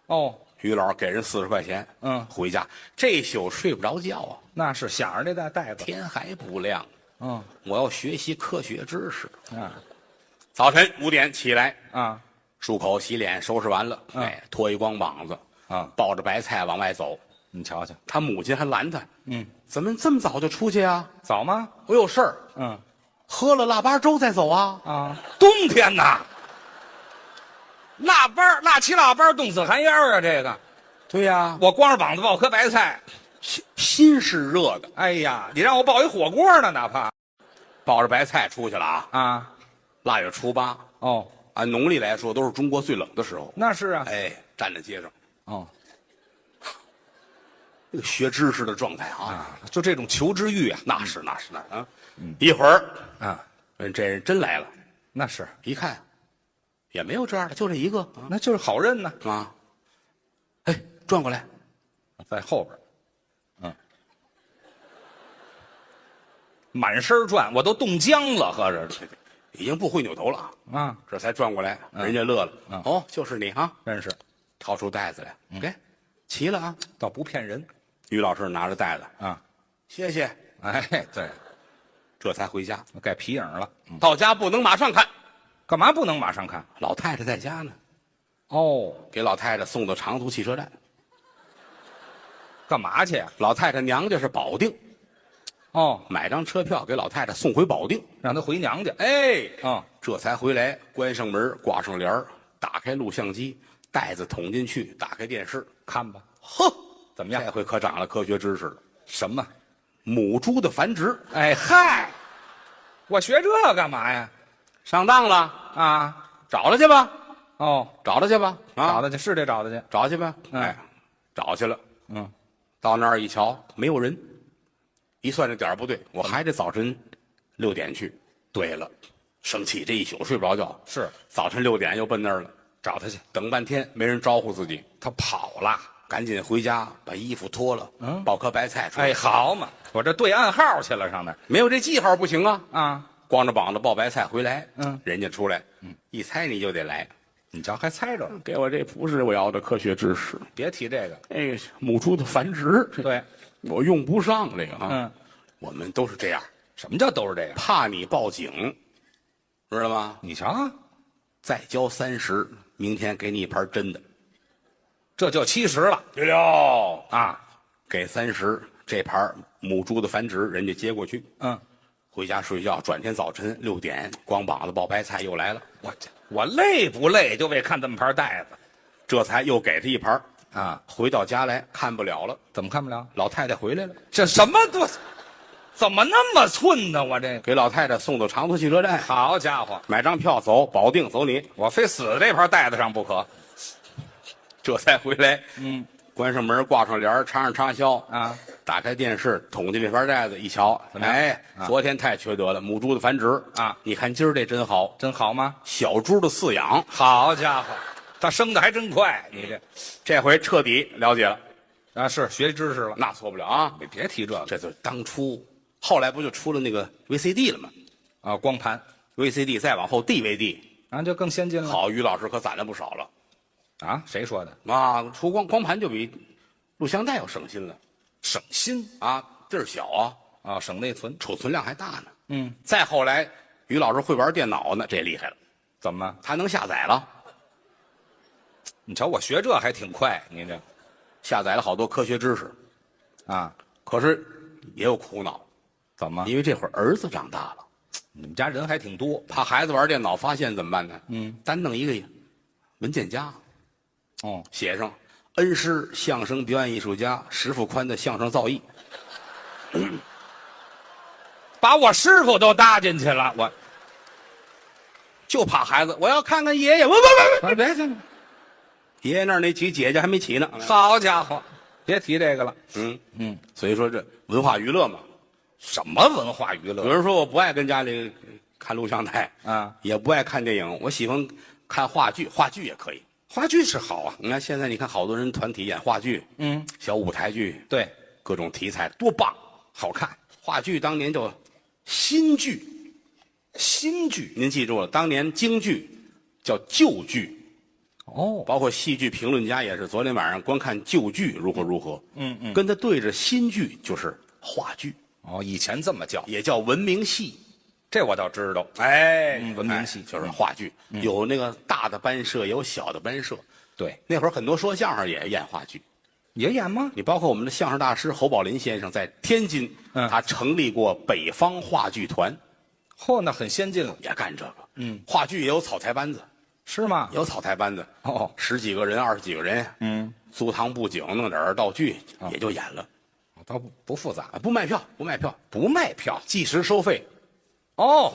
B: 哦，
A: 于老师给人四十块钱，
B: 嗯
A: 回家这一宿睡不着觉啊，
B: 那是想着这袋袋子。
A: 天还不亮，
B: 嗯
A: 我要学习科学知识。
B: 啊
A: 早晨五点起来，
B: 啊，
A: 漱口、洗脸、收拾完了，
B: 嗯
A: 哎，脱一光膀子，
B: 啊
A: 抱着白菜往外走。
B: 你瞧瞧，
A: 他母亲还拦他，
B: 嗯，
A: 怎么这么早就出去啊？
B: 早吗？
A: 我有事儿，
B: 嗯
A: 喝了腊八粥再走啊。
B: 啊，冬天呐，腊八儿腊七腊八儿冻死寒烟儿啊！这个，
A: 对呀、
B: 我光着膀子抱棵白菜，
A: 心心是热的，
B: 哎呀，你让我抱一火锅呢，哪怕
A: 抱着白菜出去了啊。
B: 啊，
A: 腊月初八，
B: 哦，
A: 按农历来说都是中国最冷的时候。
B: 那是啊，
A: 哎，站在街上，
B: 哦
A: 这个学知识的状态啊，哎
B: 啊，就这种求知欲啊，
A: 那是那是那是啊。一会儿，
B: 啊，
A: 嗯这人真来了，
B: 那是，
A: 一看也没有这样的，就这一个啊
B: 那就是好认呢，
A: 啊。哎，转过来，
B: 在后边儿，嗯，满身转，我都冻僵了，合着
A: 这这已经不会扭头了啊，
B: 啊，
A: 这才转过来，人家乐了。哦，就是你啊，
B: 认识，
A: 掏出袋子来，给，齐了啊。
B: 倒不骗人
A: 于老师拿着袋子，
B: 啊，
A: 谢谢，
B: 哎，对，
A: 这才回家。
B: 我改皮影了，
A: 到家不能马上看，
B: 干嘛不能马上看？
A: 老太太在家呢，
B: 哦，
A: 给老太太送到长途汽车站。
B: 干嘛去呀、
A: 老太太娘家是保定，
B: 哦，
A: 买张车票给老太太送回保定。
B: 让他回娘家。
A: 哎，
B: 哦，
A: 这才回来，关上门，挂上帘儿打开录像机，袋子捅进去，打开电视，
B: 看吧，
A: 呵，
B: 怎么样
A: 这回可长了科学知识了。
B: 什么？
A: 母猪的繁殖
B: 哎嗨，我学这干嘛呀？
A: 上当了，
B: 啊，
A: 找他去吧，
B: 哦，
A: 找他去吧，啊，
B: 找他去，是得找他去。
A: 找去吧，
B: 嗯
A: 哎，找去了，
B: 嗯，
A: 到那儿一瞧没有人，一算这点儿不对，我还得早晨六点去。对了，生气这一宿睡不着觉，
B: 是
A: 早晨六点又奔那儿了，
B: 找他去，
A: 等半天没人招呼自己，
B: 他跑了。
A: 赶紧回家把衣服脱了，抱颗白菜出来。
B: 哎，，好嘛，我这对暗号去了，上那儿
A: 没有这记号不行啊！
B: 啊，
A: 光着膀子抱白菜回来，
B: 嗯，
A: 人家出来，一猜你就得来，
B: 你瞧还猜着了，
A: 给我这不是我要的科学知识。
B: 别提这个。
A: 这个母猪的繁殖，
B: 对，
A: 我用不上这个啊。
B: 嗯，
A: 我们都是这样，
B: 什么叫都是这样？
A: 怕你报警，知道吗？
B: 你瞧啊，
A: 再交三十，明天给你一盘真的。
B: 这就七十了
A: 六六，
B: 啊。
A: 给三十，这盘母猪的繁殖，人家接过去，
B: 嗯，
A: 回家睡觉。转天早晨六点，光膀子抱白菜又来了，
B: 我这我累不累？就为看这么盘袋子
A: 这才又给他一盘。
B: 啊？
A: 回到家来看不了了，
B: 怎么看不了？
A: 老太太回来了，
B: 这什么多？怎么那么寸呢？我这个
A: 给老太太送到长途汽车站，
B: 好家伙，
A: 买张票走，保定走你。
B: 我非死这盘袋子上不可
A: 这才回来。嗯，关上门，挂上帘儿插上插销，
B: 啊！
A: 打开电视，捅进这盘袋子一瞧，
B: 怎么样
A: 哎，昨天太缺德了，母猪的繁殖
B: 啊
A: 你看今儿这真好，
B: 真好吗？
A: 小猪的饲养，
B: 好家伙，他生的还真快，你这
A: 这回彻底了解了，
B: 啊是学知识了。
A: 那错不了啊。
B: 你别提这个
A: 这就是当初，后来不就出了那个 VCD 了吗
B: 啊，光盘
A: ？VCD 再往后 DVD，
B: 啊就更先进了。
A: 好，于老师可攒了不少了
B: 啊，谁说的？
A: 啊。出光光盘就比录像带要省心了
B: 省心
A: 啊，地儿小啊，
B: 啊，省内存。
A: 储存量还大呢。
B: 嗯，
A: 再后来，于老师会玩电脑呢，这厉害了，
B: 怎么？
A: 他能下载了，
B: 你瞧我学这还挺快，你这
A: 下载了好多科学知识。
B: 啊？
A: 可是也有苦恼，
B: 怎么？
A: 因为这会儿儿子长大了，
B: 你们家人还挺多
A: 怕孩子玩电脑发现怎么办呢？嗯，单弄一个文件夹，
B: 哦。
A: 写上恩师相声表演艺术家石富宽的相声造诣，
B: 把我师傅都搭进去了，我
A: 就怕孩子我要看看爷爷，喂喂喂
B: 别别去，
A: 喂，爷爷那儿那集姐姐还没起呢。
B: 好家伙，别提这个了。
A: 嗯嗯，所以说这文化娱乐嘛，
B: 什么文化娱
A: 有
B: 乐
A: 人说我不爱跟家里看录像带
B: 啊？
A: 也不爱看电影，我喜欢看话剧，话剧也可以。
B: 话剧是好啊，
A: 你看现在你看好多人团体演话剧，
B: 嗯，
A: 小舞台剧，
B: 对，
A: 各种题材多棒！
B: 好看。
A: 话剧当年叫新剧，
B: 新剧
A: 您记住了，当年京剧叫旧剧，
B: 哦，
A: 包括戏剧评论家也是昨天晚上光看旧剧如何如何，嗯嗯，跟他对着新剧就是话剧，
B: 哦，以前这么叫，
A: 也叫文明戏，
B: 这我倒知道。
A: 哎
B: 嗯文明戏
A: 就是话剧，有那个大的班社，有小的班社。
B: 对，
A: 那会儿很多说相声也演话剧，
B: 也演吗？
A: 你包括我们的相声大师侯宝林先生在天津，
B: 嗯
A: 他成立过北方话剧团，
B: 嚯，那很先进了，
A: 也干这个。嗯，话剧也有草台班子，
B: 是吗？
A: 有草台班子，
B: 哦，
A: 十几个人、二十几个人，嗯，租堂布景，弄点儿道具，也就演了，
B: 倒不不复杂，
A: 啊不卖票，不卖票，
B: 不卖票
A: 计时收费，
B: 哦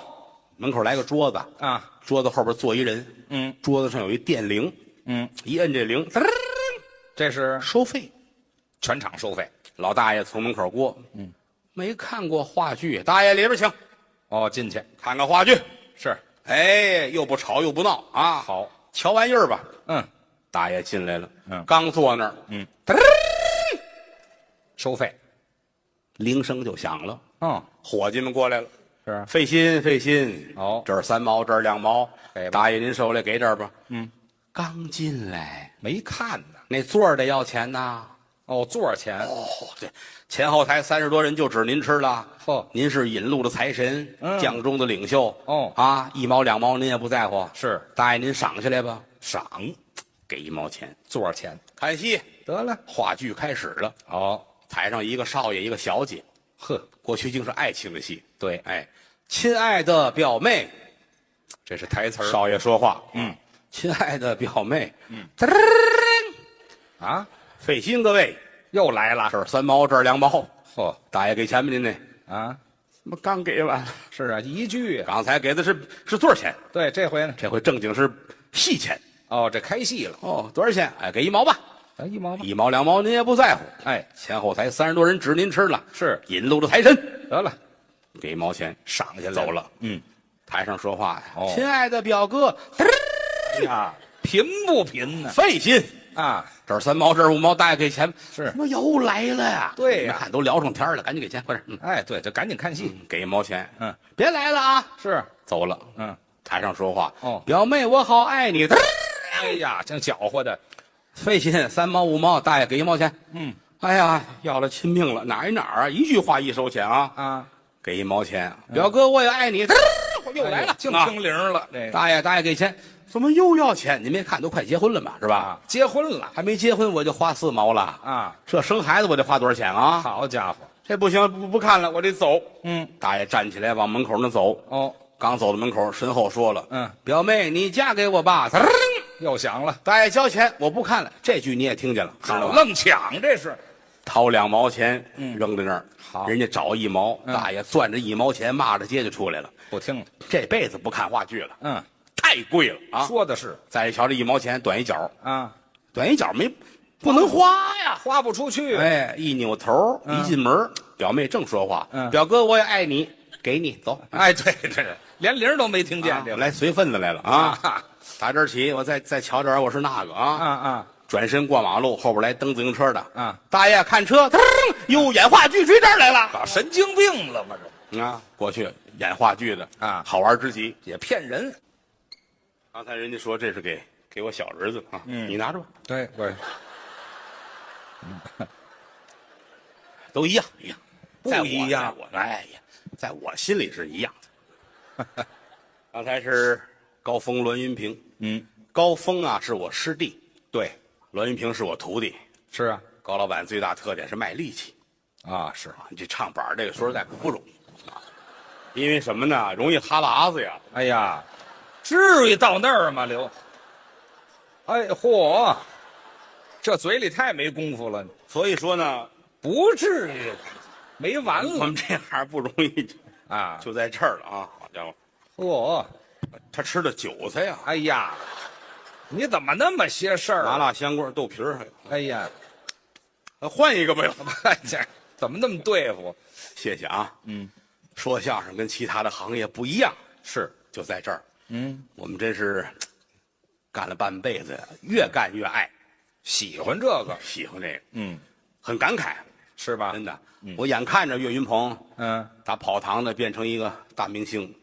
A: 门口来个桌子，
B: 啊，
A: 桌子后边坐一人，
B: 嗯，
A: 桌子上有一电铃，
B: 嗯，
A: 一摁这铃，嘚儿
B: 这是
A: 收费。
B: 全场收费
A: 老大爷从门口过，嗯，没看过话剧，大爷里边请，
B: 哦，进去
A: 看看话剧。
B: 是
A: 哎，又不吵又不闹啊，
B: 好，
A: 瞧玩意儿吧。
B: 嗯，
A: 大爷进来了，
B: 嗯
A: 刚坐那儿，嗯，
B: 收费，
A: 铃声就响了，
B: 嗯，
A: 伙计们过来了，
B: 是啊
A: 费心费心。
B: 哦
A: 这儿三毛，这儿两毛
B: 给，吧
A: 大爷您手里给点儿吧。嗯，刚进来，
B: 没看呢。
A: 那座儿得要钱呐。
B: 哦，座儿钱
A: 哦，对，前后台三十多人就指您吃了。
B: 嚯
A: 您是引路的财神，
B: 嗯
A: 将中的领袖。
B: 哦
A: 啊，一毛两毛您也不在乎。
B: 是
A: 大爷您赏下来吧，
B: 赏
A: 给一毛钱。
B: 座儿钱，
A: 看戏，
B: 得了，
A: 话剧开始了，
B: 哦，
A: 台上一个少爷，一个小姐，
B: 呵，
A: 过去竟是爱情的戏。
B: 对，
A: 哎，亲爱的表妹，
B: 这是台词儿
A: 少爷说话，嗯，亲爱的表妹，嗯，
B: 啊，
A: 费心各位，
B: 又来了，
A: 这儿三毛，这儿两毛，
B: 嚯
A: 大爷给钱吧您呢？
B: 啊，
A: 怎么刚给完了？
B: 是啊，一句啊，
A: 刚才给的是是多少钱？
B: 对，这回呢，
A: 这回正经是戏钱
B: 哦，这开戏了，
A: 哦，多少钱？哎，给一毛吧。
B: 哎，一毛吧，
A: 一毛两毛您也不在乎。
B: 哎，
A: 前后台三十多人指您吃了，
B: 是
A: 引路的财神，
B: 得了，
A: 给一毛钱
B: 赏下来
A: 走了。
B: 嗯，
A: 台上说话呀，
B: 哦
A: 亲爱的表哥，呀，
B: 哎贫不贫呢？
A: 费心。
B: 啊，
A: 这儿三毛，这儿五毛，大爷给钱，
B: 是
A: 他妈又来了呀！
B: 对呀
A: 你看都聊上天儿了，赶紧给钱，快点，嗯，
B: 哎，对，就赶紧看戏。
A: 给一毛钱，
B: 嗯，
A: 别来了啊，
B: 是，
A: 走了。
B: 嗯，
A: 台上说话，
B: 哦
A: 表妹，我好爱你， <laughs>
B: 哎呀，真搅和的，
A: 费心，三毛五毛，大爷给一毛钱，嗯，哎呀，要了亲命了，哪儿哪儿啊，一句话一收钱啊，
B: 啊，
A: 给一毛钱，表哥我也爱你，又来
B: 哎
A: 了
B: 呀，净
A: 啊
B: 听铃儿了，这个
A: 大爷，大爷给钱，怎么又要钱？你没看都快结婚了嘛，是吧
B: 啊？，结婚了
A: 还没结婚我就花四毛了，
B: 啊，
A: 这生孩子我得花多少钱啊？
B: 好家伙，
A: 这不行，不不看了，我得走。
B: 嗯，
A: 大爷站起来往门口那走，
B: 哦，
A: 刚走到门口，身后说了：“
B: 嗯，
A: 表妹，你嫁给我吧。噌
B: 又响了，”
A: 大爷交钱，我不看了。这句你也听见了，知道
B: 好啊
A: 吗？
B: 愣抢，这是
A: 掏两毛钱扔在那儿，
B: 嗯好
A: 人家找一毛，
B: 嗯
A: 大爷攥着一毛钱骂着街就出来了。
B: 不听了，
A: 这辈子不看话剧了，
B: 嗯，
A: 太贵了啊！
B: 说的是
A: 再一瞧这一毛钱短一角，
B: 啊，
A: 短一角没不能花呀。
B: 花不出去，
A: 哎，一扭头，一进门，表妹正说话，
B: 嗯
A: 表哥我也爱你，给你走。
B: 哎，对对对，连铃儿都没听见，
A: 我
B: 这
A: 来随份子来了啊！打这儿起，我再再瞧点儿我是那个
B: 啊
A: 啊！
B: 啊，
A: 转身过马路，后边来蹬自行车的
B: 啊！
A: 大爷看车，噔哟，演话剧追这儿来了
B: 搞啊神经病了吗？这
A: 啊！过去演话剧的
B: 啊
A: 好玩之极。
B: 也骗人，
A: 刚才人家说这是给给我小儿子啊，你拿着吧，
B: 对，我
A: 都一样一样，
B: 不
A: 在我
B: 一样
A: 在我哎呀，在我心里是一样的。 <laughs> 刚才是高峰、栾云平，
B: 嗯，
A: 高峰啊是我师弟，
B: 对，
A: 栾云平是我徒弟。
B: 是啊，
A: 高老板最大特点是卖力气。
B: 啊是，
A: 啊，你这唱板儿这个说实在不容易啊，因为什么呢？容易哈喇子呀。
B: 哎呀，至于到那儿吗？刘，哎嚯，这嘴里太没功夫了，
A: 所以说呢，
B: 不至于，没完
A: 我
B: 了
A: 们这行不容易，
B: 啊！
A: 就在这儿了啊！好家伙，
B: 嚯，
A: 他吃的韭菜呀、
B: 哎呀，你怎么那么些事儿
A: 麻
B: 啊？
A: 辣香锅、豆皮儿，还有
B: 哎呀，
A: 啊换一个
B: <laughs>
A: 吧。
B: 哎这怎么那么对付？
A: 谢谢啊。嗯，说相声跟其他的行业不一样，
B: 是，
A: 就在这儿，
B: 嗯，
A: 我们真是嘖干了半辈子，越干越爱，
B: 喜欢这个，
A: 喜欢这个，
B: 嗯，
A: 很感慨，啊
B: 是吧？
A: 真的。我眼看着岳云鹏
B: 嗯，
A: 打跑堂的变成一个大明星，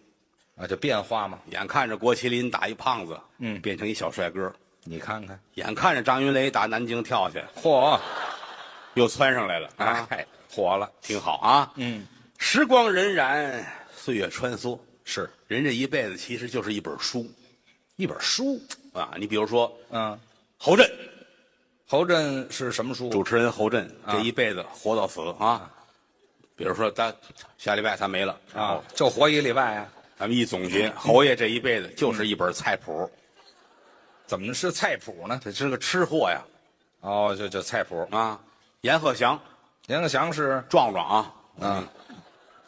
B: 啊，就变化嘛。
A: 眼看着郭麒麟打一胖子，
B: 嗯
A: 变成一小帅哥；
B: 你看看，
A: 眼看着张云雷打南京跳去，
B: 嚯，
A: 又窜上来了啊，
B: 哎，火了，
A: 挺好啊。
B: 嗯，
A: 时光荏苒，岁月穿梭，
B: 是
A: 人这一辈子其实就是一本书
B: 一本书，
A: 啊。你比如说
B: 嗯，
A: 侯震，
B: 侯震是什么书？
A: 主持人侯震这一辈子活到死啊。比如说他下礼拜他没了，然后
B: 啊，就活一礼拜啊？
A: 咱们一总结，侯爷这一辈子就是一本菜谱，
B: 怎么是菜谱呢？
A: 他是个吃货呀
B: 哦，就就菜谱。
A: 啊。阎鹤祥
B: 杨克祥是
A: 壮壮啊，
B: 啊，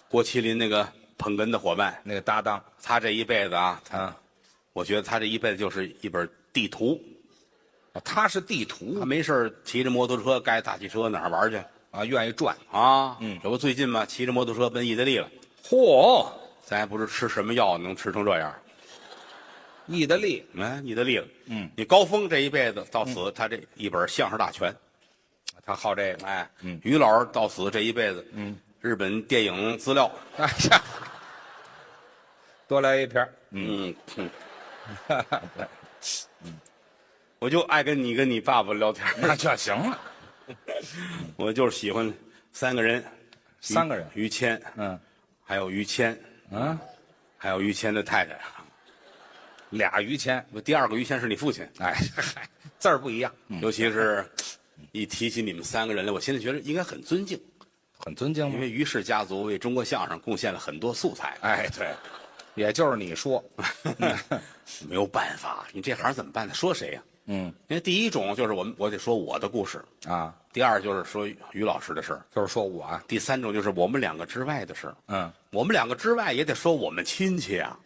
A: 郭麒麟那个捧哏的伙伴，
B: 那个搭档
A: 他这一辈子啊，他
B: 啊，
A: 我觉得他这一辈子就是一本地图。
B: 哦他是地
A: 他
B: 图
A: 没事儿骑着摩托车，盖大汽车哪儿玩去
B: 啊，愿意转。
A: 啊？嗯，这不最近嘛，骑着摩托车奔意大利了。
B: 嚯，
A: 咱也不知吃什么药能吃成这样。
B: 意大利
A: 哎，意大利了。嗯，你高峰这一辈子到
B: 嗯
A: 死，他这一本相声大全。
B: 他好这个。
A: 哎，于老师到死这一辈子，嗯，日本电影资料，
B: 哎呀，多来一瓶儿。
A: 嗯嗯，我就爱跟你跟你爸爸聊天儿。
B: 那就行了。
A: 我就是喜欢三个人，
B: <laughs> 三个人
A: 于于谦，
B: 嗯
A: 还有于谦，
B: 啊，
A: 还有于谦的太太。
B: 俩于谦。
A: 我第二个于谦是你父亲，
B: 嗯哎，嗯嗨，字儿不一样，
A: 尤其是嗯一提起你们三个人来，我心里觉得应该很尊敬，
B: 很尊敬
A: 因
B: 吗？
A: 为于氏家族为中国相声贡献了很多素材。
B: 哎， <laughs> 对，也就是你 <laughs> 说，
A: <laughs> 没有办法，你这行怎么办呢？说谁呀、
B: 嗯
A: 因为第一种就是我们，我得说我的故事；
B: 啊，
A: 第二就是说于老师的事儿；
B: 就是说我啊，
A: 第三种就是我们两个之外的事儿。
B: 嗯，
A: 我们两个之外也得说我们亲戚啊！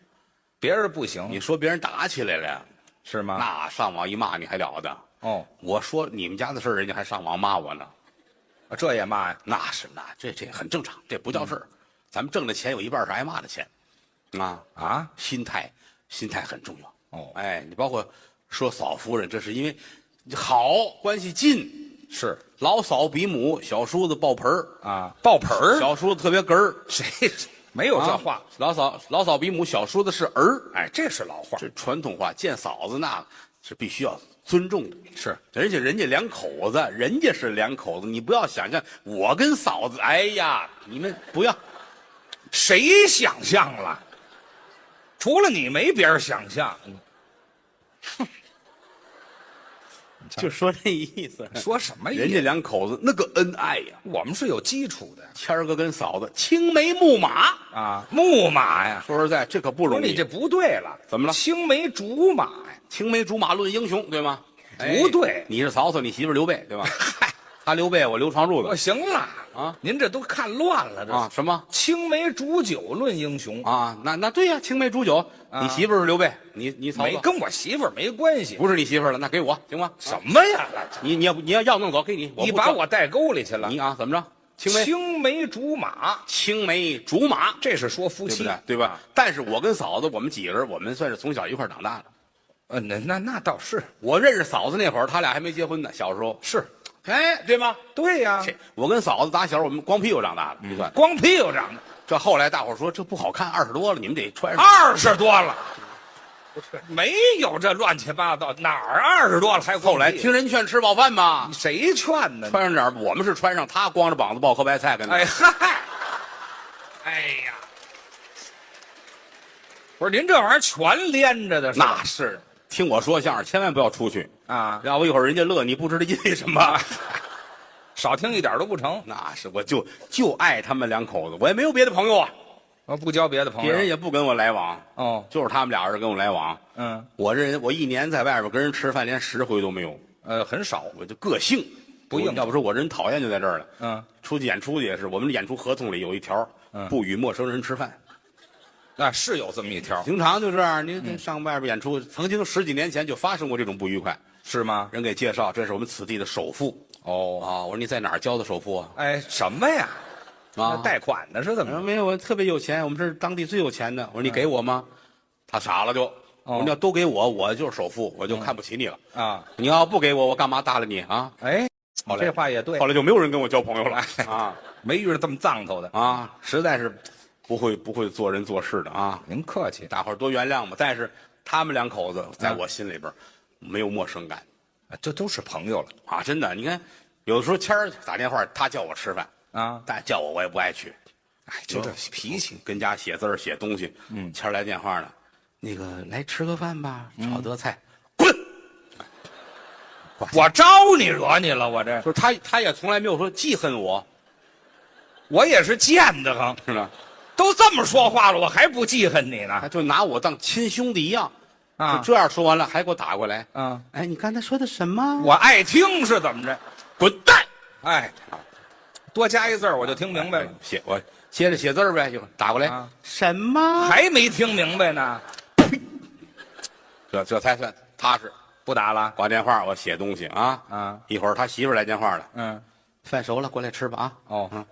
B: 别人不
A: 你
B: 行
A: 说别人打起来了，
B: 是吗？
A: 那上网一骂你还了得？
B: 哦，
A: 我说你们家的事儿，人家还上网骂我呢，
B: 啊这也骂呀？
A: 那是那这这很正常，这不
B: 嗯
A: 叫事儿。咱们挣的钱有一半是挨骂的钱，啊，
B: 啊，
A: 心态心态很重要。
B: 哦
A: 哎，你包括说嫂夫人，这是因为好关系近，
B: 是
A: 老嫂比母，小叔子抱盆儿，
B: 啊，爆盆儿，
A: 小叔子特别哏儿。
B: <laughs> 谁没有这话
A: 啊？老嫂老嫂比母，小叔子是儿，
B: 哎，这是老话，
A: 这传统话见嫂子那是必须要尊重的。
B: 是
A: 而且人家两口子，人家是两口子，你不要想象我跟嫂子，哎呀，你们不要，
B: 谁想象了？除了你，没别人想象。 <laughs>
A: 就说这意思。
B: 说什
A: <laughs>
B: 么
A: 人
B: 人
A: 家
B: 家
A: 两口子那个恩爱呀，
B: 我们是有基础的
A: 谦儿哥跟嫂子青梅木马，
B: 啊，木马呀，
A: 说实在这可不
B: 不是
A: 容
B: 你
A: 易
B: 这。不对了，
A: 怎么了
B: 青梅竹马呀，
A: 青梅竹马论英雄，对吗？
B: 不对
A: 哎你是曹操，你媳妇儿刘备，
B: <laughs>
A: 对吧？嗨，他刘备，我刘长柱
B: 我
A: 子
B: 行了
A: 啊，
B: 您这都看乱了，这
A: 啊，
B: 是
A: 什么
B: 青梅煮酒论英雄，
A: 啊？那那对呀，青梅煮酒，你媳妇儿是刘备，你你曹
B: 啊没
A: 操
B: 跟我媳妇儿没关系。
A: 不是你媳妇儿了，那给我行吗？
B: 什么呀？
A: 你你要你要要弄走，给你，
B: 你
A: 不
B: 把
A: 交
B: 我带沟里去了
A: 你？啊，怎么着？青梅
B: 青梅竹马，
A: 青梅竹马，
B: 这是说夫
A: 对不
B: 妻
A: 对？对吧？但是我跟嫂子，我们几个人，我们算是从小一块儿长大的。
B: 呃，那那那倒是
A: 我认识嫂子那会儿，他俩还没结婚呢，小时候。
B: 是，
A: 哎，对吗？
B: 对呀，
A: 这我跟嫂子打小我们光屁股长大的，你算。
B: 光屁股长的
A: 这后来大伙儿说这不好看，二十多了，你们得穿上。
B: 二十多了，没有这乱七八糟，哪儿二十多了还
A: 后
B: 后
A: 来听人劝吃饱饭嘛，
B: 谁劝的呢？
A: 穿上点儿我们是穿上，他光着膀子抱棵白菜跟那儿。
B: 哎嗨，哎呀，不是您这玩意儿全连着的是吧，
A: 那是听我说相声，千万不要出去，
B: 啊，
A: 要不一会儿人家乐你不知道为什么。
B: 少听一点都不成，
A: <laughs> 那是我就就爱他们两口子，我也没有别的朋友啊，
B: 啊不交别的朋
A: 别人
B: 友。
A: 也不跟我来往，
B: 哦，
A: 就是他们俩人跟我来往。
B: 嗯，
A: 我这人，我一年在外边跟人吃饭，连十回都没有，
B: 呃，很少，
A: 我就个性
B: 不硬
A: 我要不说我这人讨厌就在这儿了。
B: 嗯，
A: 出去演出去也是，我们演出合同里有一条，不与陌生人吃饭。
B: 那、啊是有这么一条，
A: 平常就这样，
B: 嗯
A: 您上外边演出，曾经十几年前就发生过这种不愉快。
B: 是吗？
A: 人给介绍，这是我们此地的首富
B: 哦，
A: 啊！我说你在哪儿交的首付啊？
B: 哎，什么呀？
A: 啊，
B: 那贷款呢是怎
A: 我
B: 么
A: 说
B: 着？
A: 没有，我特别有钱，我们这是当地最有钱的。我
B: 嗯
A: 说你给我吗？他傻了就，
B: 哦
A: 我说你要都给我，我就是首富，我就看不起你了。
B: 啊，
A: 你要不给我，我干嘛搭理你啊？
B: 哎，
A: 后来
B: 这话也对
A: 后，来就没有人跟我交朋
B: <laughs>
A: 友了啊
B: 没遇着这么藏头的。
A: 啊！实在是不会不会做人做事的啊，
B: 您客气，
A: 大伙儿多原谅吧。但是他们两口子在我心里边没有陌生感
B: 啊这都是朋友了
A: 啊，真的。你看，有的时候谦儿打电话，他叫我吃饭，
B: 啊。
A: 但叫我我也不爱去，
B: 哎，就这脾气，
A: 跟家写字儿写东西。嗯，谦儿来电话了，那个来吃个饭吧，炒德菜，滚！
B: 我招你惹你了？我这
A: 就是他他也从来没有说记恨我，
B: 我也是贱的很。
A: 是吧？
B: 都这么说话了，我还不记恨你呢
A: 他就拿我当亲兄弟一样，
B: 啊
A: 就这样说完了还给我打过来，
B: 啊！
A: 哎，你刚才说的什么？
B: 我爱听是怎么着？
A: 滚蛋！
B: 哎，多加一字儿我就听明白了
A: 哎，写我接着写字儿呗，就打过来、
B: 啊
A: 什么？
B: 还没听明白呢，
A: 这这才算踏实。
B: 不打了。
A: 挂电话我写东西啊
B: 啊！
A: 一会儿他媳妇儿来电话了，
B: 嗯，
A: 饭熟了过来吃吧啊！
B: 哦
A: 嗯，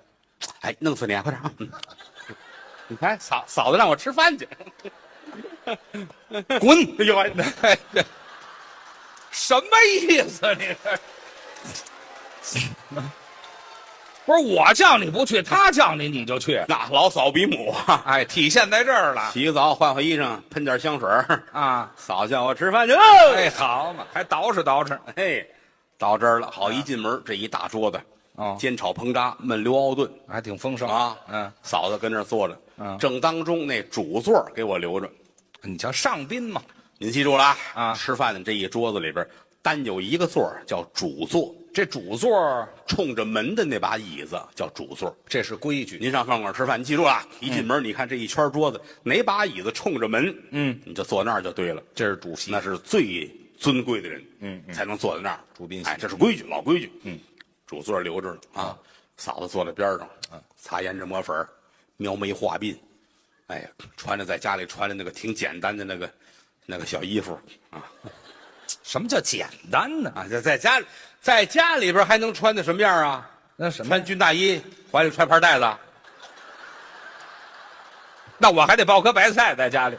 A: 哎，弄死你啊！快点啊！嗯 <laughs> 你看嫂嫂子让我吃饭去，
B: 滚！
A: 哎呦，
B: 哎这 <laughs> 什么意思？啊你这不是我叫你不去，他叫你你就去。
A: 那老嫂比母啊！
B: 哎，体现在这儿了
A: 洗个澡，换换衣裳，喷点香水儿
B: 啊！
A: 嫂叫我吃饭去喽。
B: 哎，好嘛，还捯饬捯饬。
A: 嘿，到这儿了，好一进门，这一大桌子，
B: 啊哦
A: 煎炒烹炸焖溜熬炖
B: 还挺丰盛
A: 啊，
B: 嗯，，
A: 嫂子跟那儿坐着，
B: 嗯
A: 正当中那主座给我留着，
B: 你瞧上宾嘛，
A: 您记住了啊，
B: 啊
A: 吃饭的这一桌子里边，单有一个座儿叫主座，
B: 这主座儿
A: 冲着门的那把椅子叫主座。
B: 这是规矩。
A: 您上饭馆吃饭，你记住了啊，一进门你看这一圈桌子，哪把椅子冲着门，嗯，你就坐那儿就对了，
B: 这是主席
A: 那是最尊贵的人，嗯，才能坐在那儿。
B: 主宾席
A: 哎，这是规矩，老规矩。嗯，主座留着了啊，嫂子坐在边上，擦胭脂抹粉儿，描眉画鬓，哎，穿着在家里穿着那个挺简单的那个那个小衣服啊，
B: 什么叫简单呢？
A: 啊，在在家在家里边还能穿的什么样啊？
B: 那什么
A: 穿军大衣，怀里揣盘带子，啊
B: 那我还得抱颗白菜在家里，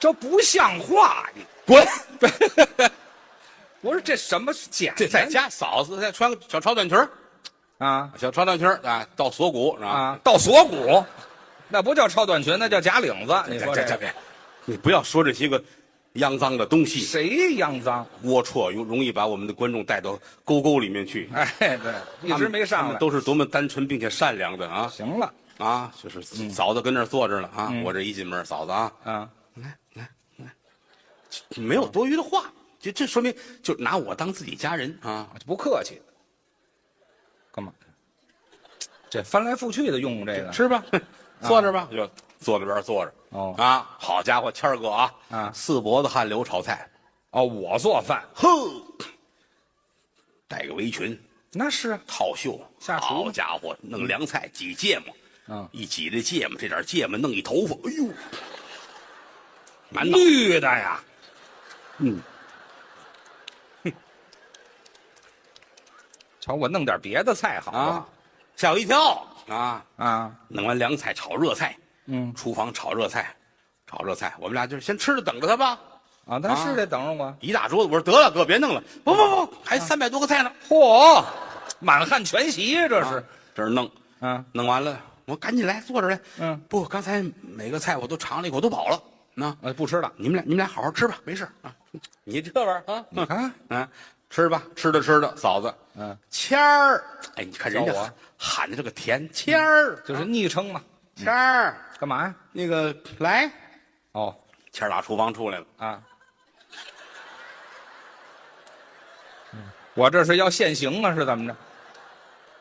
B: 这不像话！你
A: 滚！
B: <laughs> 不是这什么简单？
A: 这在家嫂子再穿个小超短裙儿
B: 啊
A: 小超短裙儿啊，到锁骨是吧？
B: 啊，到锁骨，那不叫超短裙，那叫假领子。你
A: 这
B: 说
A: 这
B: 这
A: 这别，你不要说这些个肮脏的东西，
B: 谁肮脏？
A: 龌龊，容容易把我们的观众带到沟沟里面去。
B: 哎，对，一直没
A: 他
B: 上
A: 们
B: 来。
A: 都是多么单纯并且善良的啊
B: 行了，
A: 啊！就是
B: 嗯
A: 嫂子跟那儿坐着呢啊，我这一进门，嫂子啊，
B: 啊，嗯
A: 没有多余的话，这这说明就拿我当自己家人啊。
B: 不客气。干嘛？这翻来覆去的用这个，
A: 吃 <laughs> 吧，坐着吧，啊就坐那边坐着。
B: 哦
A: 啊，好家伙，谦儿哥啊，
B: 啊
A: 四脖子汗流炒菜，啊
B: 哦，我做饭
A: 哼，带个围裙，
B: 那是啊，
A: 套袖，
B: 下厨
A: 好家伙，弄凉菜挤芥末，
B: 嗯
A: 一挤这芥末，这点芥末弄一头发，哎呦，满脑，
B: 绿的呀，
A: 嗯，
B: 瞧我弄点别的菜好不
A: 啊
B: 好，
A: 吓我一跳啊！
B: 啊，
A: 弄完凉菜炒热菜，
B: 嗯
A: 厨房炒热菜，炒热菜，我们俩就是先吃着等着他吧。
B: 啊，那是得等着我。
A: 一大桌子，我说得了，哥别弄了，不不不，还三百多个菜呢。
B: 啊嚯，满汉全席呀，这是
A: 啊，这儿弄，
B: 嗯，
A: 弄完了，我赶紧来坐着来。
B: 嗯
A: 不，刚才每个菜我都尝了一口，都饱了。那
B: 呃，不吃了，
A: 你们俩，你们俩好好吃吧，没事啊。你这玩意儿啊，
B: 你看，
A: 嗯，吃吧，吃着吃着，嫂子，
B: 嗯，
A: 谦儿，哎，你看人家
B: 叫我嗯
A: 喊喊的这个甜，谦儿，
B: 就是昵称嘛，
A: 谦儿，
B: 干嘛呀？
A: 那个来，
B: 哦，
A: 谦儿打厨房出来了，
B: 啊，嗯我这是要现行啊，是怎么着？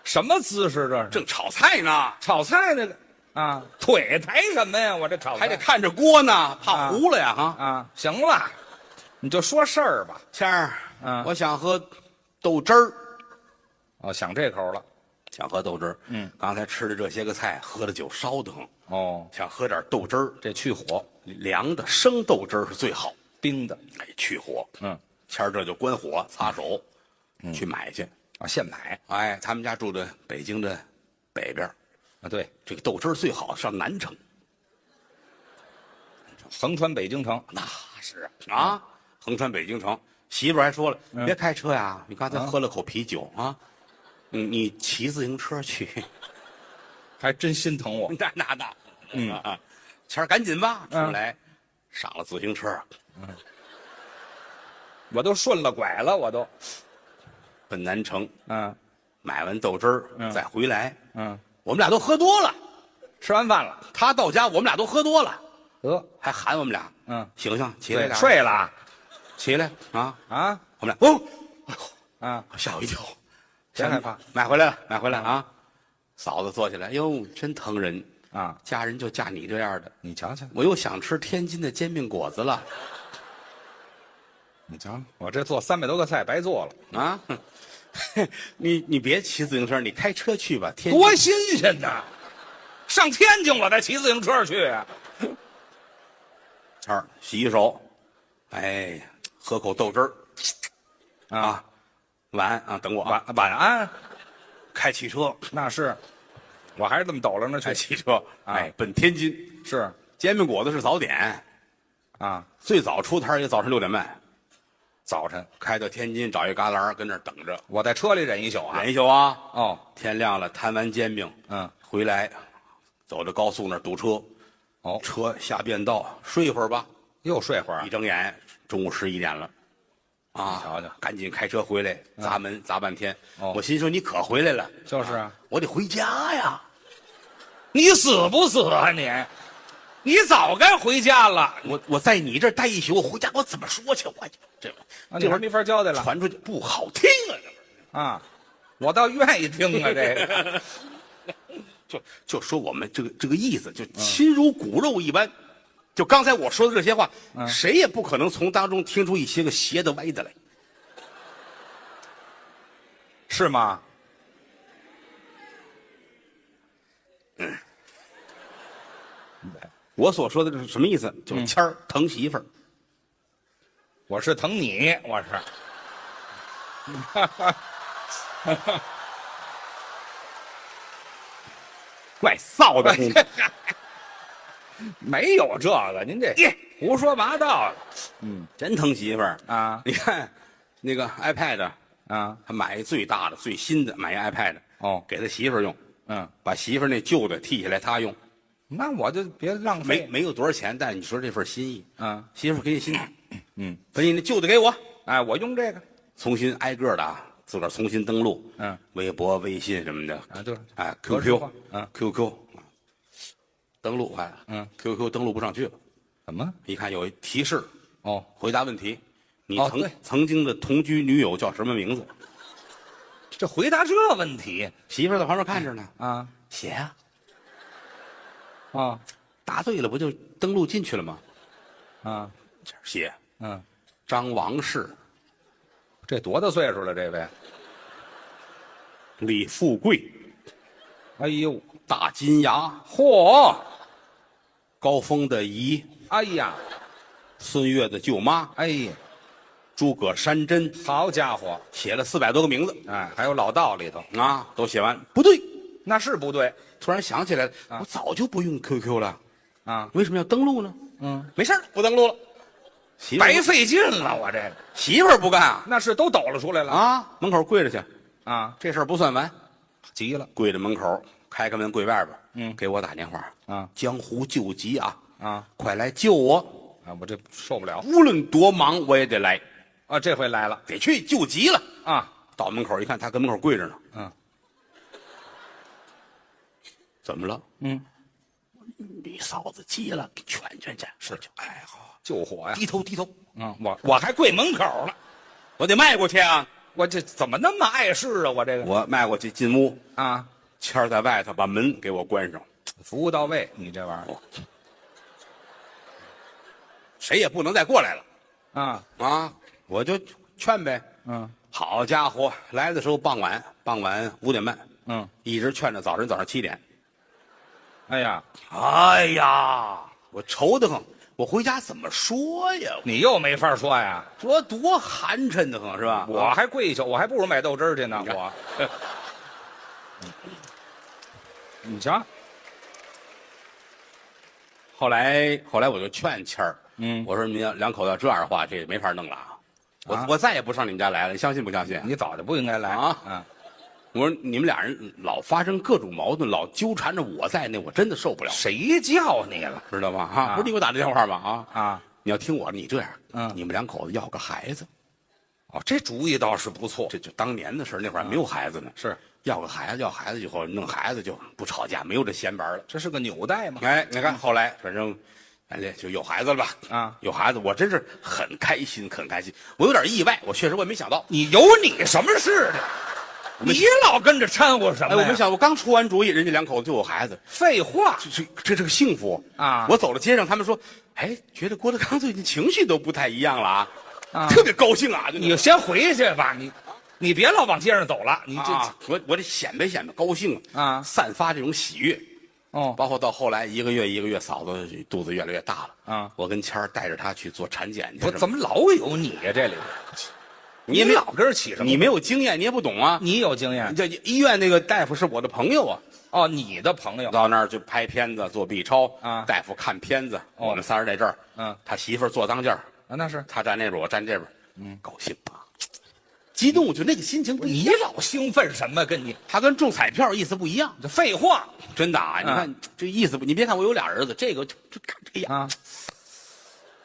B: 什么姿势这是？
A: 正炒菜呢，
B: 炒菜那个啊，腿抬什么呀？我这炒菜
A: 还得看着锅呢，怕
B: 啊
A: 糊了呀哈。
B: 啊，行了，你就说事儿吧。
A: 谦儿，
B: 嗯
A: 我想喝豆汁儿，
B: 哦，想这口了。
A: 想喝豆汁儿。嗯，刚才吃的这些个菜，喝的酒烧得慌，
B: 哦，
A: 想喝点豆汁儿，
B: 这去火，
A: 凉的生豆汁儿是最好，
B: 冰的，
A: 哎，去火。
B: 嗯，
A: 谦儿这就关火擦手，去买去。
B: 啊，现买
A: 哎，他们家住在北京的北边儿，
B: 啊，对，
A: 这个豆汁儿最好上南城。
B: 横穿北京城，
A: 那是啊，啊，横穿北京城。媳妇儿还说了，别开车呀，你刚才喝了口啤酒啊，你你骑自行车去。
B: 还真心疼我。
A: 那那那，嗯啊，谦儿赶紧吧，出
B: 嗯
A: 来，上了自行车，啊
B: 我都顺了拐了，我都，
A: 奔南城
B: 嗯
A: 买完豆汁儿，
B: 嗯
A: 再回来。
B: 嗯，
A: 我们俩都喝多了，
B: 吃完饭了，
A: 他到家我们俩都喝多了，
B: 得，
A: 还喊我们俩，
B: 嗯，
A: 醒醒，起来
B: 对，
A: 俩人，
B: 睡了啊
A: 起来啊！
B: 啊
A: 我们俩，哦，
B: 啊，
A: 吓我一跳，
B: 别害怕，嗯
A: 买回来了，买回来了啊！嫂子坐起来，哟，真疼人
B: 啊！
A: 嫁人就嫁你这样的，
B: 你瞧瞧，
A: 我又想吃天津的煎饼果子了
B: 你瞧瞧，我这做三百多个菜白做了，
A: 啊！ <laughs> 哼你你别骑自行车，你开车去吧，天津
B: 多新鲜呐！上天津我再骑自行车去啊！
A: 二洗洗手，哎，喝口豆汁儿啊，晚安啊，等我啊，
B: 晚晚安，
A: 开汽车，
B: 那是，我还是这么抖楞着
A: 开
B: 去。
A: 汽车，
B: 啊
A: 哎，奔天津。
B: 是
A: 煎饼果子是早点，
B: 啊，
A: 最早出摊儿也早晨六点半，
B: 早晨
A: 开到天津找一旮旯儿跟那儿等着，
B: 我在车里忍一宿啊。
A: 忍一宿啊。
B: 哦
A: 天亮了，摊完煎饼，
B: 嗯，
A: 回来，走到高速那儿堵车，
B: 哦，
A: 车下变道，睡一会儿吧。
B: 又睡会儿
A: 一睁眼，中午十一点了，啊，
B: 你瞧瞧
A: 赶紧开车回来，砸门砸半天。
B: 哦
A: 我心说你可回来了，
B: 就是啊，
A: 我得回家呀。
B: 你死不死啊你？你早该回家了，
A: 我我在你这儿待一宿，我回家我怎么说去？我这这
B: 啊、你
A: 玩
B: 还
A: 意
B: 没法交代
A: 儿
B: 了
A: 传出去不好听啊！这玩意儿
B: 啊！我倒愿意听啊
A: <laughs>
B: 这个。
A: 就就说我们这个这个意思，就
B: 嗯
A: 亲如骨肉一般。就刚才我说的这些话，
B: 嗯
A: 谁也不可能从当中听出一些个邪的歪的来。
B: 是吗？嗯
A: 我所说的这是什么意思？就是谦儿疼媳妇儿，
B: 我是疼你，我 <laughs> 是。
A: 怪臊的。
B: 哎没有这个，您这
A: 耶
B: 胡说八道
A: <laughs> 真疼媳妇儿！
B: 啊
A: 你看那个 iPad，
B: 啊！
A: 他买一最大的、最新的，买一 iPad
B: 哦
A: 给他媳妇儿用，
B: 嗯，
A: 把媳妇儿那旧的剔下来，他用。
B: 那我就别浪
A: 没
B: 费。
A: 没有多少钱，但是你说这份心意，
B: 嗯，
A: 媳妇儿给
B: <coughs>
A: 你心，嗯，把你那旧的给我，
B: 哎，我用这个
A: 重新挨个的啊，自个儿重新登录，
B: 嗯，
A: 微博、微信什么的，
B: 啊，就是
A: 哎
B: 格式
A: ，QQ，
B: 化嗯
A: ，QQ，登录哎，
B: 嗯
A: ，QQ 登录不上去了，
B: 怎么？
A: 一看有一提示，
B: 哦，
A: 回答问题，你
B: 哦
A: 曾
B: 对
A: 曾经的同居女友叫什么名字？
B: 这回答这问题
A: 媳妇儿在旁边看着呢，
B: 啊
A: 写呀，
B: 啊
A: 答对了不就登录进去了吗？
B: 啊
A: 这儿写
B: 嗯，
A: 张王氏、
B: 这多大岁数了？这位？
A: 李富贵、
B: 哎呦，
A: 大金牙、
B: 嚯！
A: 高峰的姨、
B: 哎呀，
A: 孙越的舅妈、
B: 哎呀，
A: 诸葛山珍，
B: 好家伙！
A: 写了四百多个名字
B: 哎，还有老道里头，
A: 啊，都写完了。不对，
B: 那是不对
A: 突然想起来了，我早就不用 QQ 了，
B: 啊。
A: 为什么要登录呢？
B: 嗯，
A: 没事儿不登录了。媳妇儿
B: 白费劲了，我这个
A: 媳妇儿不干啊
B: 那是都抖了出来了
A: 啊，门口跪着去，
B: 啊！
A: 这事儿不算完，
B: 急了
A: 跪着门口，开开门跪外边，嗯，给我打电话
B: 啊
A: 江湖救急啊，
B: 啊
A: 快来救我！
B: 啊！我这受不了
A: 无论多忙我也得来，
B: 啊！这回来了
A: 得去救急了。
B: 啊！
A: 到门口一看，他跟门口跪着呢。
B: 嗯，
A: 怎么了？
B: 嗯，
A: 你嫂子急了，给劝劝去。是就哎好，
B: 救火呀！
A: 低头低头，
B: 嗯，我我还跪门口了，
A: 我得迈过去啊！
B: 我这怎么那么碍事啊？我这个
A: 我迈过去进屋，
B: 啊，
A: 谦儿在外头把门给我关上，哦
B: 服务到位，你这玩意
A: 谁也不能再过来了
B: 儿啊，
A: 啊！我就劝呗。
B: 嗯
A: 好家伙，来的时候傍晚，傍晚五点半，
B: 嗯，
A: 一直劝着早晨早上七点。
B: 哎呀，
A: 哎呀，我愁得很，我回家怎么说呀？
B: 你又没法说呀！
A: 多多寒碜的很是吧？
B: 我还跪下，我还不如买豆汁儿去呢。
A: 你看
B: <laughs> 我，嗯你瞧，
A: 后来后来我就劝谦儿，
B: 嗯
A: 我说你们要两口子要这样的话，这也没法弄了啊！我、
B: 啊嗯
A: 我再也不上你们家来了，你相信不相信？
B: 你早就不应该来
A: 啊
B: 嗯
A: 我说你们俩人老发生各种矛盾，老纠缠着我在内，我真的受不了，
B: 谁叫你了
A: 知道吗？哈、
B: 啊
A: 不是你给我打的电话吗？啊，
B: 啊？
A: 你要听我的，你这样，
B: 嗯
A: 你们两口子要个孩子，
B: 哦，这主意倒是不错，
A: 这就当年的事儿，那会儿还没有孩子呢，
B: 是
A: 要个孩子，要孩子以后弄孩子就不吵架，没有这闲玩儿了。
B: 这是个纽带嘛？
A: 哎，你看后来，反正，哎，这就有孩子了吧？
B: 嗯啊
A: 有孩子，我真是很开心，很开心。我有点意外，我确实我也没想到。
B: 你有你什么事的？你老跟着掺和什么
A: 哎，
B: 呀？
A: 我没想，我刚出完主意，人家两口子就有孩子，
B: 废话，
A: 这这这这个幸福
B: 啊
A: 我走到街上，他们说，哎，觉得郭德纲最近情绪都不太一样了啊，
B: 啊
A: 特别高兴啊，就
B: 你先回去吧，你你别老往街上走了，你这、
A: 啊，我我得显摆显摆高兴
B: 啊
A: 散发这种喜悦。
B: 哦
A: 包括到后来一个月一个月，嫂子肚子越来越大了
B: 啊
A: 我跟谦儿带着她去做产检去。
B: 不怎
A: 么
B: 么老有你呀、这里边，
A: 你
B: 你
A: 没有
B: 老跟着起什么？
A: 你没有经验，你也不懂 <laughs> 啊。
B: 你有经验
A: 这医院那个大夫是我的朋友啊，
B: 哦，你的朋友
A: 到那儿去拍片子、做 B 超
B: 啊
A: 大夫看片子，
B: 哦
A: 我们仨人在这儿，
B: 嗯
A: 他媳妇儿坐当间儿，
B: 啊，那是
A: 他站那边，我站这边，嗯，高兴啊，激动，就那个心情不一
B: 你
A: 样，
B: 老兴奋什么？跟你
A: 他跟中彩票意思不一样，
B: 这废话
A: 真的啊，你
B: 嗯
A: 看这意思不，你别看我有俩儿子，这个就就哎呀，
B: 啊，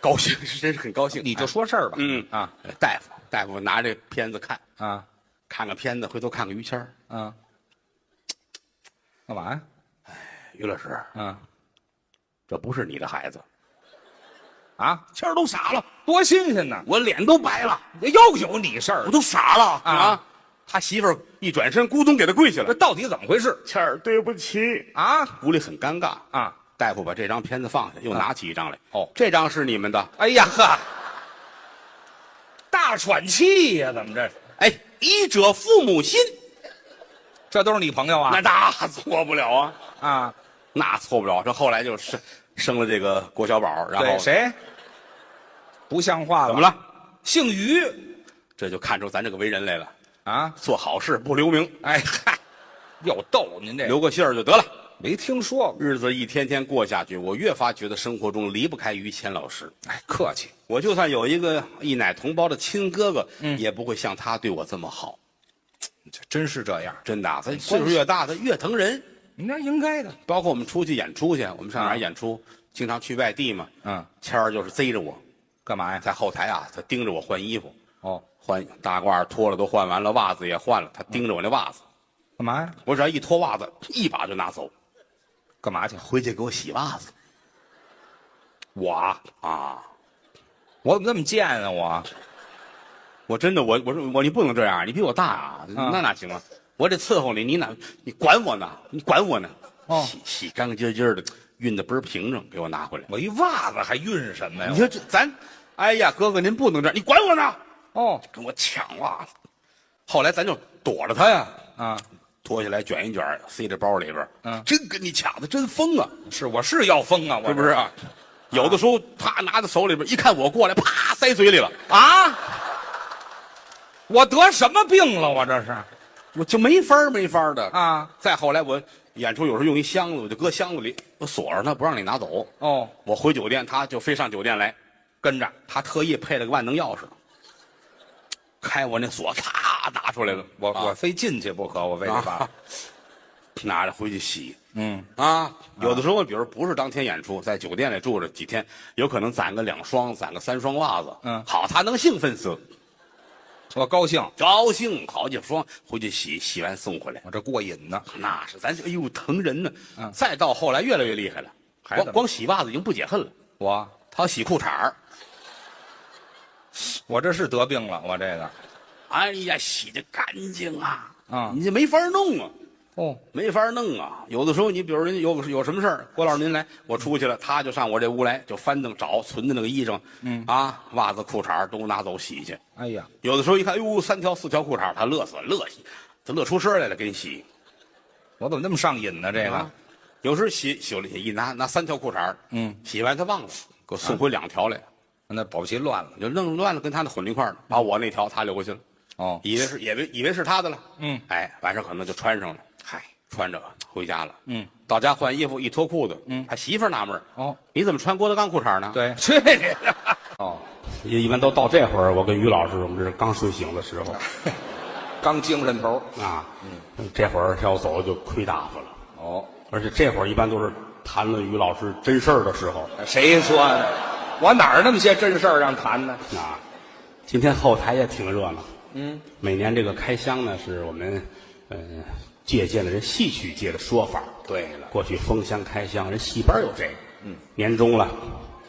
A: 高兴，是真是很高兴，
B: 嗯你就说事儿吧，
A: 嗯
B: 啊
A: 哎大夫，大夫拿这片子看，
B: 啊
A: 看看片子，回头看看于谦儿
B: 啊，干嘛呀？
A: 于老师，
B: 啊
A: 这不是你的孩子，
B: 啊，
A: 谦儿都傻了，
B: 多新鲜呐！
A: 我脸都白了。
B: 又有你事儿
A: 我，都傻了
B: 啊！
A: 他媳妇儿一转身，咕咚给他跪下
B: 这
A: 了。
B: 到底怎么回事
A: 倩儿，对不起。
B: 啊？
A: 屋里很尴尬
B: 啊！
A: 大夫把这张片子放下，又拿起一张来。
B: 哦
A: 这张是你们的。
B: 哎呀呵，大喘气呀、怎么这是？
A: 哎，医者父母心，
B: 这都是你朋友啊
A: 那？那 <laughs> 错不了啊，
B: 啊，
A: 那错不了。这后来就是生了这个郭小宝，然后
B: 对谁？不像话了？
A: 怎么了？
B: 姓于
A: 这就看出咱这个为人来了，
B: 啊，
A: 做好事不留名，
B: 哎嗨，又逗您这
A: 留个信儿就得了。
B: 没听说过，
A: 日子一天天过下去，我越发觉得生活中离不开于谦老师。
B: 哎，客气，
A: 我就算有一个一奶同胞的亲哥哥，也不会像他对我这么好。
B: 这真是这样，
A: 真的啊，他岁数越大，他越疼人。
B: 你那应该的，
A: 包括我们出去演出去，我们上哪儿演出，经常去外地嘛。
B: 嗯，
A: 谦儿就是贼着我，
B: 干嘛呀？
A: 在后台啊，他盯着我换衣服，
B: 哦，
A: 换大褂脱了都换完了，袜子也换了，他盯着我那袜子。
B: 干嘛呀？
A: 我只要一脱袜子，一把就拿走，
B: 干嘛去？
A: 回去给我洗袜子
B: 我啊，
A: 啊！
B: 我怎么那么贱啊？我
A: 我真的，我我说我你不能这样，你比我大啊，那哪行啊？我得伺候你，你哪你管我呢？你管我呢？
B: 哦
A: 洗洗干干净净的，熨的倍儿平整，给我拿回来。
B: 我一袜子还熨什么呀
A: 你？说这咱，哎呀，哥哥您不能这样，你管我呢？
B: 哦，
A: 跟我抢袜子。后来咱就躲着他呀，
B: 啊，
A: 脱下来卷一卷，塞着包里边儿。
B: 嗯
A: 真跟你抢的真疯啊，
B: 是我是要疯啊，我
A: 是不是啊？有的时候啪拿在手里边，一看我过来，啪塞嘴里了，
B: 啊？我得什么病了？我这是
A: 我就没法儿没法儿的。
B: 啊？
A: 再后来我演出有时候用一箱子，我就搁箱子里，我锁上它，不让你拿走。
B: 哦，
A: 我回酒店，他就非上酒店来，
B: 跟着
A: 他特意配了个万能钥匙，开我那锁，咔拿出来了，
B: 我、
A: 啊
B: 我非进去不可，我非得把、
A: 啊，拿着回去洗。
B: 嗯
A: 啊，有的时候，比如不是当天演出，在酒店里住着几天，有可能攒个两双，攒个三双袜子。
B: 嗯
A: 好，他能兴奋死，
B: 我高兴，
A: 高兴好几双，回去洗，洗完送回来，
B: 我这过瘾呢。
A: 那是咱就哎呦疼人呢。
B: 嗯
A: 再到后来越来越厉害了，
B: 还
A: 光
B: 怎么
A: 光洗袜子已经不解恨了，
B: 我
A: 他要洗裤衩儿，
B: 我这是得病了，我这个
A: 哎呀，洗的干净啊，
B: 嗯
A: 你这没法弄啊。
B: 哦，
A: 没法弄啊！有的时候你比如人家有有什么事儿，郭老师您来，我出去了，他就上我这屋来，就翻腾找存的那个衣裳，嗯啊，袜子、裤衩儿都拿走洗去。
B: 哎呀，
A: 有的时候一看，哟，三条四条裤衩儿，他乐死了，乐死，他乐出声来了，给你洗。
B: 我怎么那么上瘾呢？这个、
A: 啊，有时候洗洗了一拿拿三条裤衩儿，
B: 嗯，
A: 洗完他忘了，给我送回两条来，
B: 那保不齐乱了
A: 我就弄乱了，跟他那混一块儿了，把我那条他留过去了，
B: 哦。
A: 以为是以为以为是他的了，
B: 嗯，
A: 哎，晚上可能就穿上了。
B: 嗨，
A: 穿着回家了。
B: 嗯，
A: 到家换衣服，一脱裤子，嗯，他媳妇儿纳闷儿
B: 哦，
A: 你怎么穿郭德纲裤衩呢？，
B: 对，去你的！哦，
A: 一一般都到这会儿，我跟于老师我们这是刚睡醒的时
B: <laughs>
A: 候
B: 刚精神头儿。
A: 啊，嗯，这会儿要走就亏大发了，
B: 哦，
A: 而且这会儿一般都是谈论于老师真事儿的时候
B: 谁说的？我哪儿那么些真事儿让谈呢？
A: 啊。今天后台也挺热闹，嗯，每年这个开箱呢，是我们呃借鉴了人戏曲界的说法，
B: 对了，
A: 过去封箱开箱，人戏班有这个。嗯，年终了，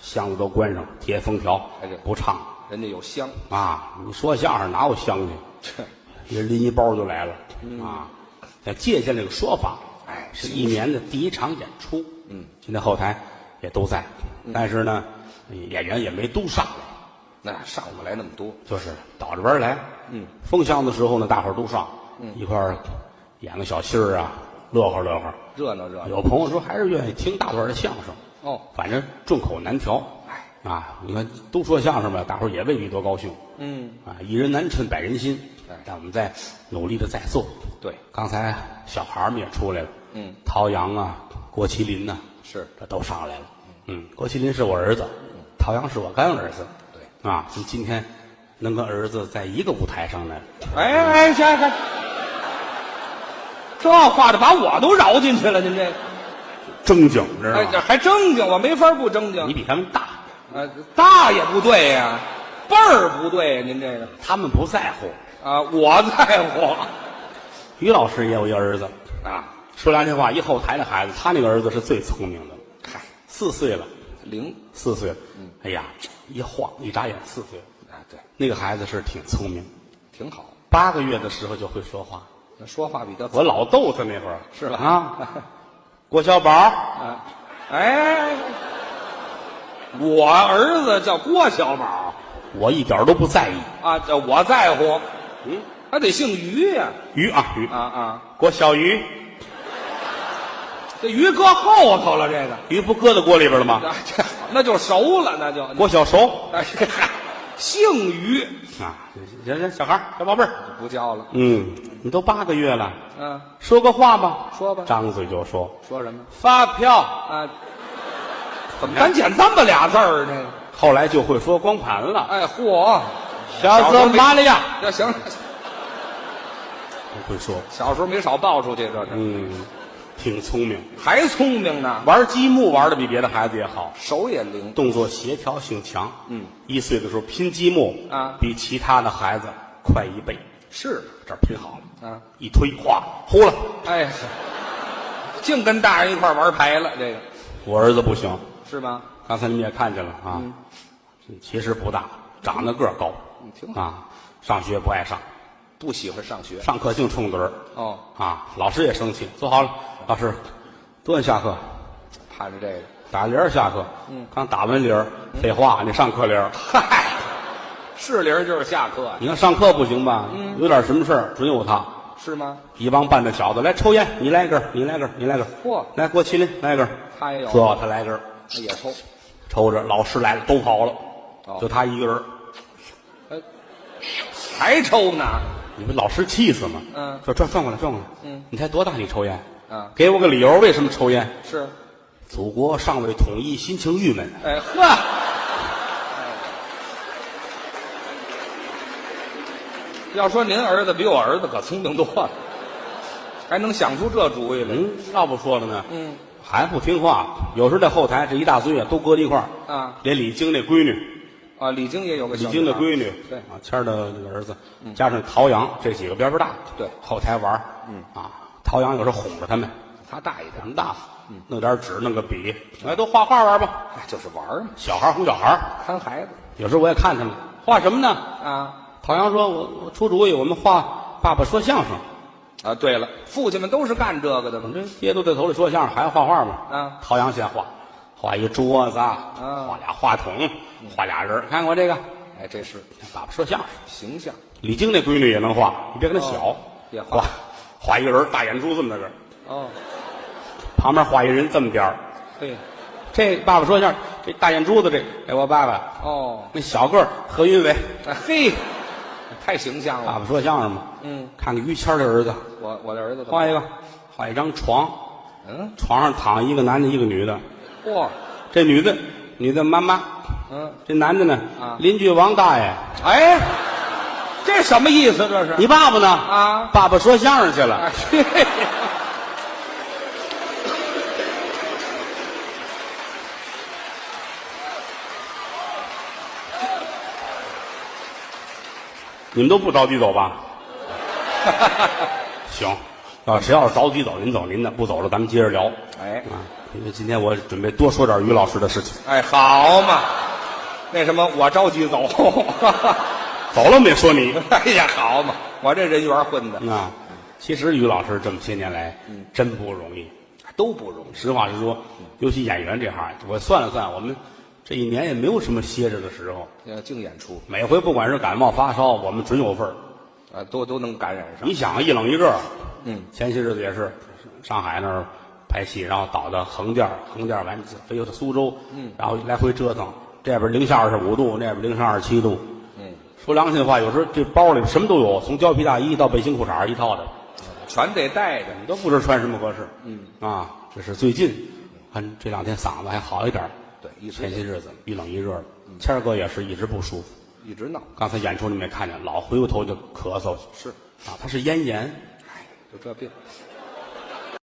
A: 箱子都关上，贴封条
B: 哎这，
A: 不唱
B: 人家有香，
A: 啊！你说相声哪有箱去？人拎一包就来了啊！要借鉴这个说法，
B: 哎
A: 是一年的第一场演出。嗯，今天后台也都在，但是呢，演员也没都上来，
B: 那上不来那么多。
A: 就是倒着班来。嗯，封箱的时候呢，大伙儿都上，
B: 嗯
A: 一块儿演个小戏儿啊，乐呵乐呵。
B: 热闹热闹。
A: 有朋友说还是愿意听大段儿的相声，
B: 哦，
A: 反正众口难调。
B: 哎
A: 啊，你看都说相声吧，大伙儿也未必多高兴。
B: 嗯，
A: 啊，一人难趁百人心
B: 哎。
A: 但我们在努力的在做。
B: 对，
A: 刚才小孩儿们也出来了。
B: 嗯，
A: 陶阳啊，郭麒麟呐、
B: 是嗯
A: 这都上来了。嗯，郭麒麟是我儿子，陶阳是我干儿子。
B: 对，
A: 啊，就今天能跟儿子在一个舞台上来了。
B: 哎哎，行行，这话的把我都饶进去了，您这，
A: <laughs> 正经知道
B: 哎，这
A: 吗？
B: 还正经，我没法不正
A: 你
B: 经，
A: 比他们大，
B: 呃，大也不对呀、辈儿不对呀、您这个
A: 他们不在乎。
B: 啊，我在乎
A: 于老师也有一儿子，
B: 啊，
A: 说良心话，一后台的孩子，他那个儿子是最聪明的，
B: 嗨，
A: 四岁了，
B: 零
A: 四岁了，
B: 嗯
A: 哎呀，一晃一眨眼四岁了，
B: 啊，对，
A: 那个孩子是挺聪明，
B: 挺好，
A: 八个月的时候就会说话，
B: 那说话比较
A: 我老逗他那会儿，
B: 是吧
A: 啊，
B: <laughs>
A: 郭小宝，
B: 啊，哎，我儿子叫郭小宝
A: 我一点都不在意，
B: 啊，这我在乎，
A: 嗯，
B: 还得姓于呀、
A: 于啊于，
B: 啊啊。
A: 郭小鱼，
B: 这鱼搁后头了，这个，啊 <laughs>
A: 鱼不搁在锅里边了吗？
B: 那这那就熟了，那就
A: 郭小熟，
B: <laughs> 哎嗨
A: 姓于啊，行行，小孩儿小宝贝儿，
B: 不叫了。
A: 嗯，你都八个月了，
B: 嗯、
A: 说个话吧，
B: 说吧
A: 张嘴就说
B: 说什么
A: 发票，
B: 啊？怎么单捡这么俩字儿呢？
A: 后来就会说光盘了，
B: 哎，嚯！
A: 小
B: 时候没
A: 玛利亚
B: 那行了，
A: 会说，
B: 小时候没少抱出去，这是
A: 嗯，挺聪明，
B: 还聪明呢，
A: 玩积木玩的比别的孩子也好，
B: 手也灵。
A: 动作协调性强，嗯，一岁的时候拼积木
B: 啊
A: 比其他的孩子快一倍，
B: 是
A: 这儿拼好了，
B: 啊，
A: 一推哗呼了，
B: 哎，净跟大人一块儿玩牌了，这个
A: 我儿子不行，
B: 是吗？
A: 刚才你们也看见了啊，其实不大，长得个儿高
B: 嗯挺，好
A: 啊，上学不爱上，
B: 不喜欢上学
A: 上课净冲盹儿，
B: 哦，
A: 啊，老师也生气，坐好了，
B: 嗯
A: 老师，多晚下课？
B: 盼着这个。 <laughs>
A: 打铃儿下课，嗯，刚打完铃儿，
B: 嗯
A: 废话，你上课铃儿，
B: 嗨，是铃儿就是下课呀，
A: 你看上课不行吧？
B: 嗯
A: 有点什么事儿准有他。
B: 是吗？
A: 一帮半大小子来抽烟，你来一根儿，你来一根儿，你来一根儿。
B: 嚯
A: 来郭麒麟来一根儿，
B: 他也有
A: 这他来一根儿，
B: 那也抽。
A: 抽着老师来了都跑了，
B: 哦
A: 就他一个人儿，
B: 哎，还抽呢？
A: 你们老师气死吗？
B: 嗯
A: 说转转过来转过来，
B: 嗯，
A: 你才多大你抽烟？
B: 啊
A: 给我个理由，为什么抽烟？
B: 是，
A: 祖国尚未统一，心情郁闷。
B: 哎呵。要说您儿子比我儿子可聪明多了，还能想出这主意来。
A: 嗯，那不说了呢，
B: 嗯，
A: 还不听话，有时候在后台这一大堆啊都搁在一块儿
B: 啊，
A: 连李菁那闺女，
B: 啊，李菁也有个小
A: 李菁的
B: 女孩
A: 闺女，
B: 对嗯
A: 啊，谦儿的那个儿子，加上陶阳这几个边边大，
B: 对
A: 后台玩嗯啊，陶阳有时候哄着他们，
B: 他大一点
A: 咱，们大，
B: 嗯
A: 弄点纸，弄个笔，来都画画玩吧，
B: 哎就是玩儿嘛，
A: 小孩儿哄小孩儿，
B: 看孩子
A: 有时候我也看他们画什么呢？
B: 啊
A: 陶阳说：“我我出主意，我们画爸爸说相声，
B: 啊！对了，父亲们都是干这个的
A: 我
B: 嘛，
A: 们这爹都在头里说相声，还要画画吗？”
B: 啊
A: 陶阳先画，画一桌子，啊画俩话筒，画俩人儿，看我这个，
B: 哎，这是
A: 爸爸说相声。
B: 形象，
A: 李菁那闺女也能画，你别跟她小，
B: 哦也画
A: 画画一个人儿大眼珠这么大个儿，
B: 哦，
A: 旁边画一人这么点儿。
B: 对，
A: 这爸爸说相声，这大眼珠子这，哎，我爸爸
B: 哦，
A: 那小个儿何云伟，
B: 哎嘿，太形象了。
A: 爸爸说相声嘛，
B: 嗯，
A: 看看于谦儿的儿子，
B: 我我的儿子怎么
A: 画一个，画一张床，
B: 嗯，
A: 床上躺一个男的，一个女的，
B: 嚯，
A: 这女的，女的妈妈，
B: 嗯，
A: 这男的呢，
B: 啊
A: 邻居王大爷，
B: 哎，这什么意思？这是
A: 你爸爸呢？
B: 啊
A: 爸爸说相声去了，
B: 哎嘿嘿嘿
A: 你们都不着急走
B: <laughs>
A: 吧？行，啊，谁要是着急走，您走您的，不走了咱们接着聊。
B: 哎 <laughs>
A: 啊，因为今天我准备多说点于老师的事情。
B: 哎，好嘛，那什么，我着急走。 <laughs>
A: 走了没说你
B: 哎呀，好嘛，我这人缘混的
A: 啊。其实于老师这么些年来，
B: 嗯
A: 真不容易。
B: 都不容易。
A: 实话实说，尤其演员这行，我算了算，我们这一年也没有什么歇着的时候。
B: 呃，净演出
A: 每回不管是感冒发烧，我们准有份儿。
B: 啊，都都能感染上。
A: 你想，一冷一热，
B: 嗯，
A: 前些日子也是上海那儿拍戏，然后倒到横店儿，横店儿完飞到苏州，嗯，然后来回折腾，这边零下二十五度，那边零上二十七度，
B: 嗯，
A: 说良心话，有时候这包里什么都有，从貂皮大衣到背心裤衩儿一套的，
B: 嗯全得带着。
A: 你都不知道穿什么合适，嗯，啊，这是最近，看这两天嗓子还好一点儿，
B: 对，一
A: 前
B: 直
A: 些日子一冷一热的，谦儿哥也是一直不舒服，
B: 一直闹，
A: 刚才演出你们也看见，老回过头就咳嗽，
B: 是
A: 啊，他是咽炎。
B: 就这病。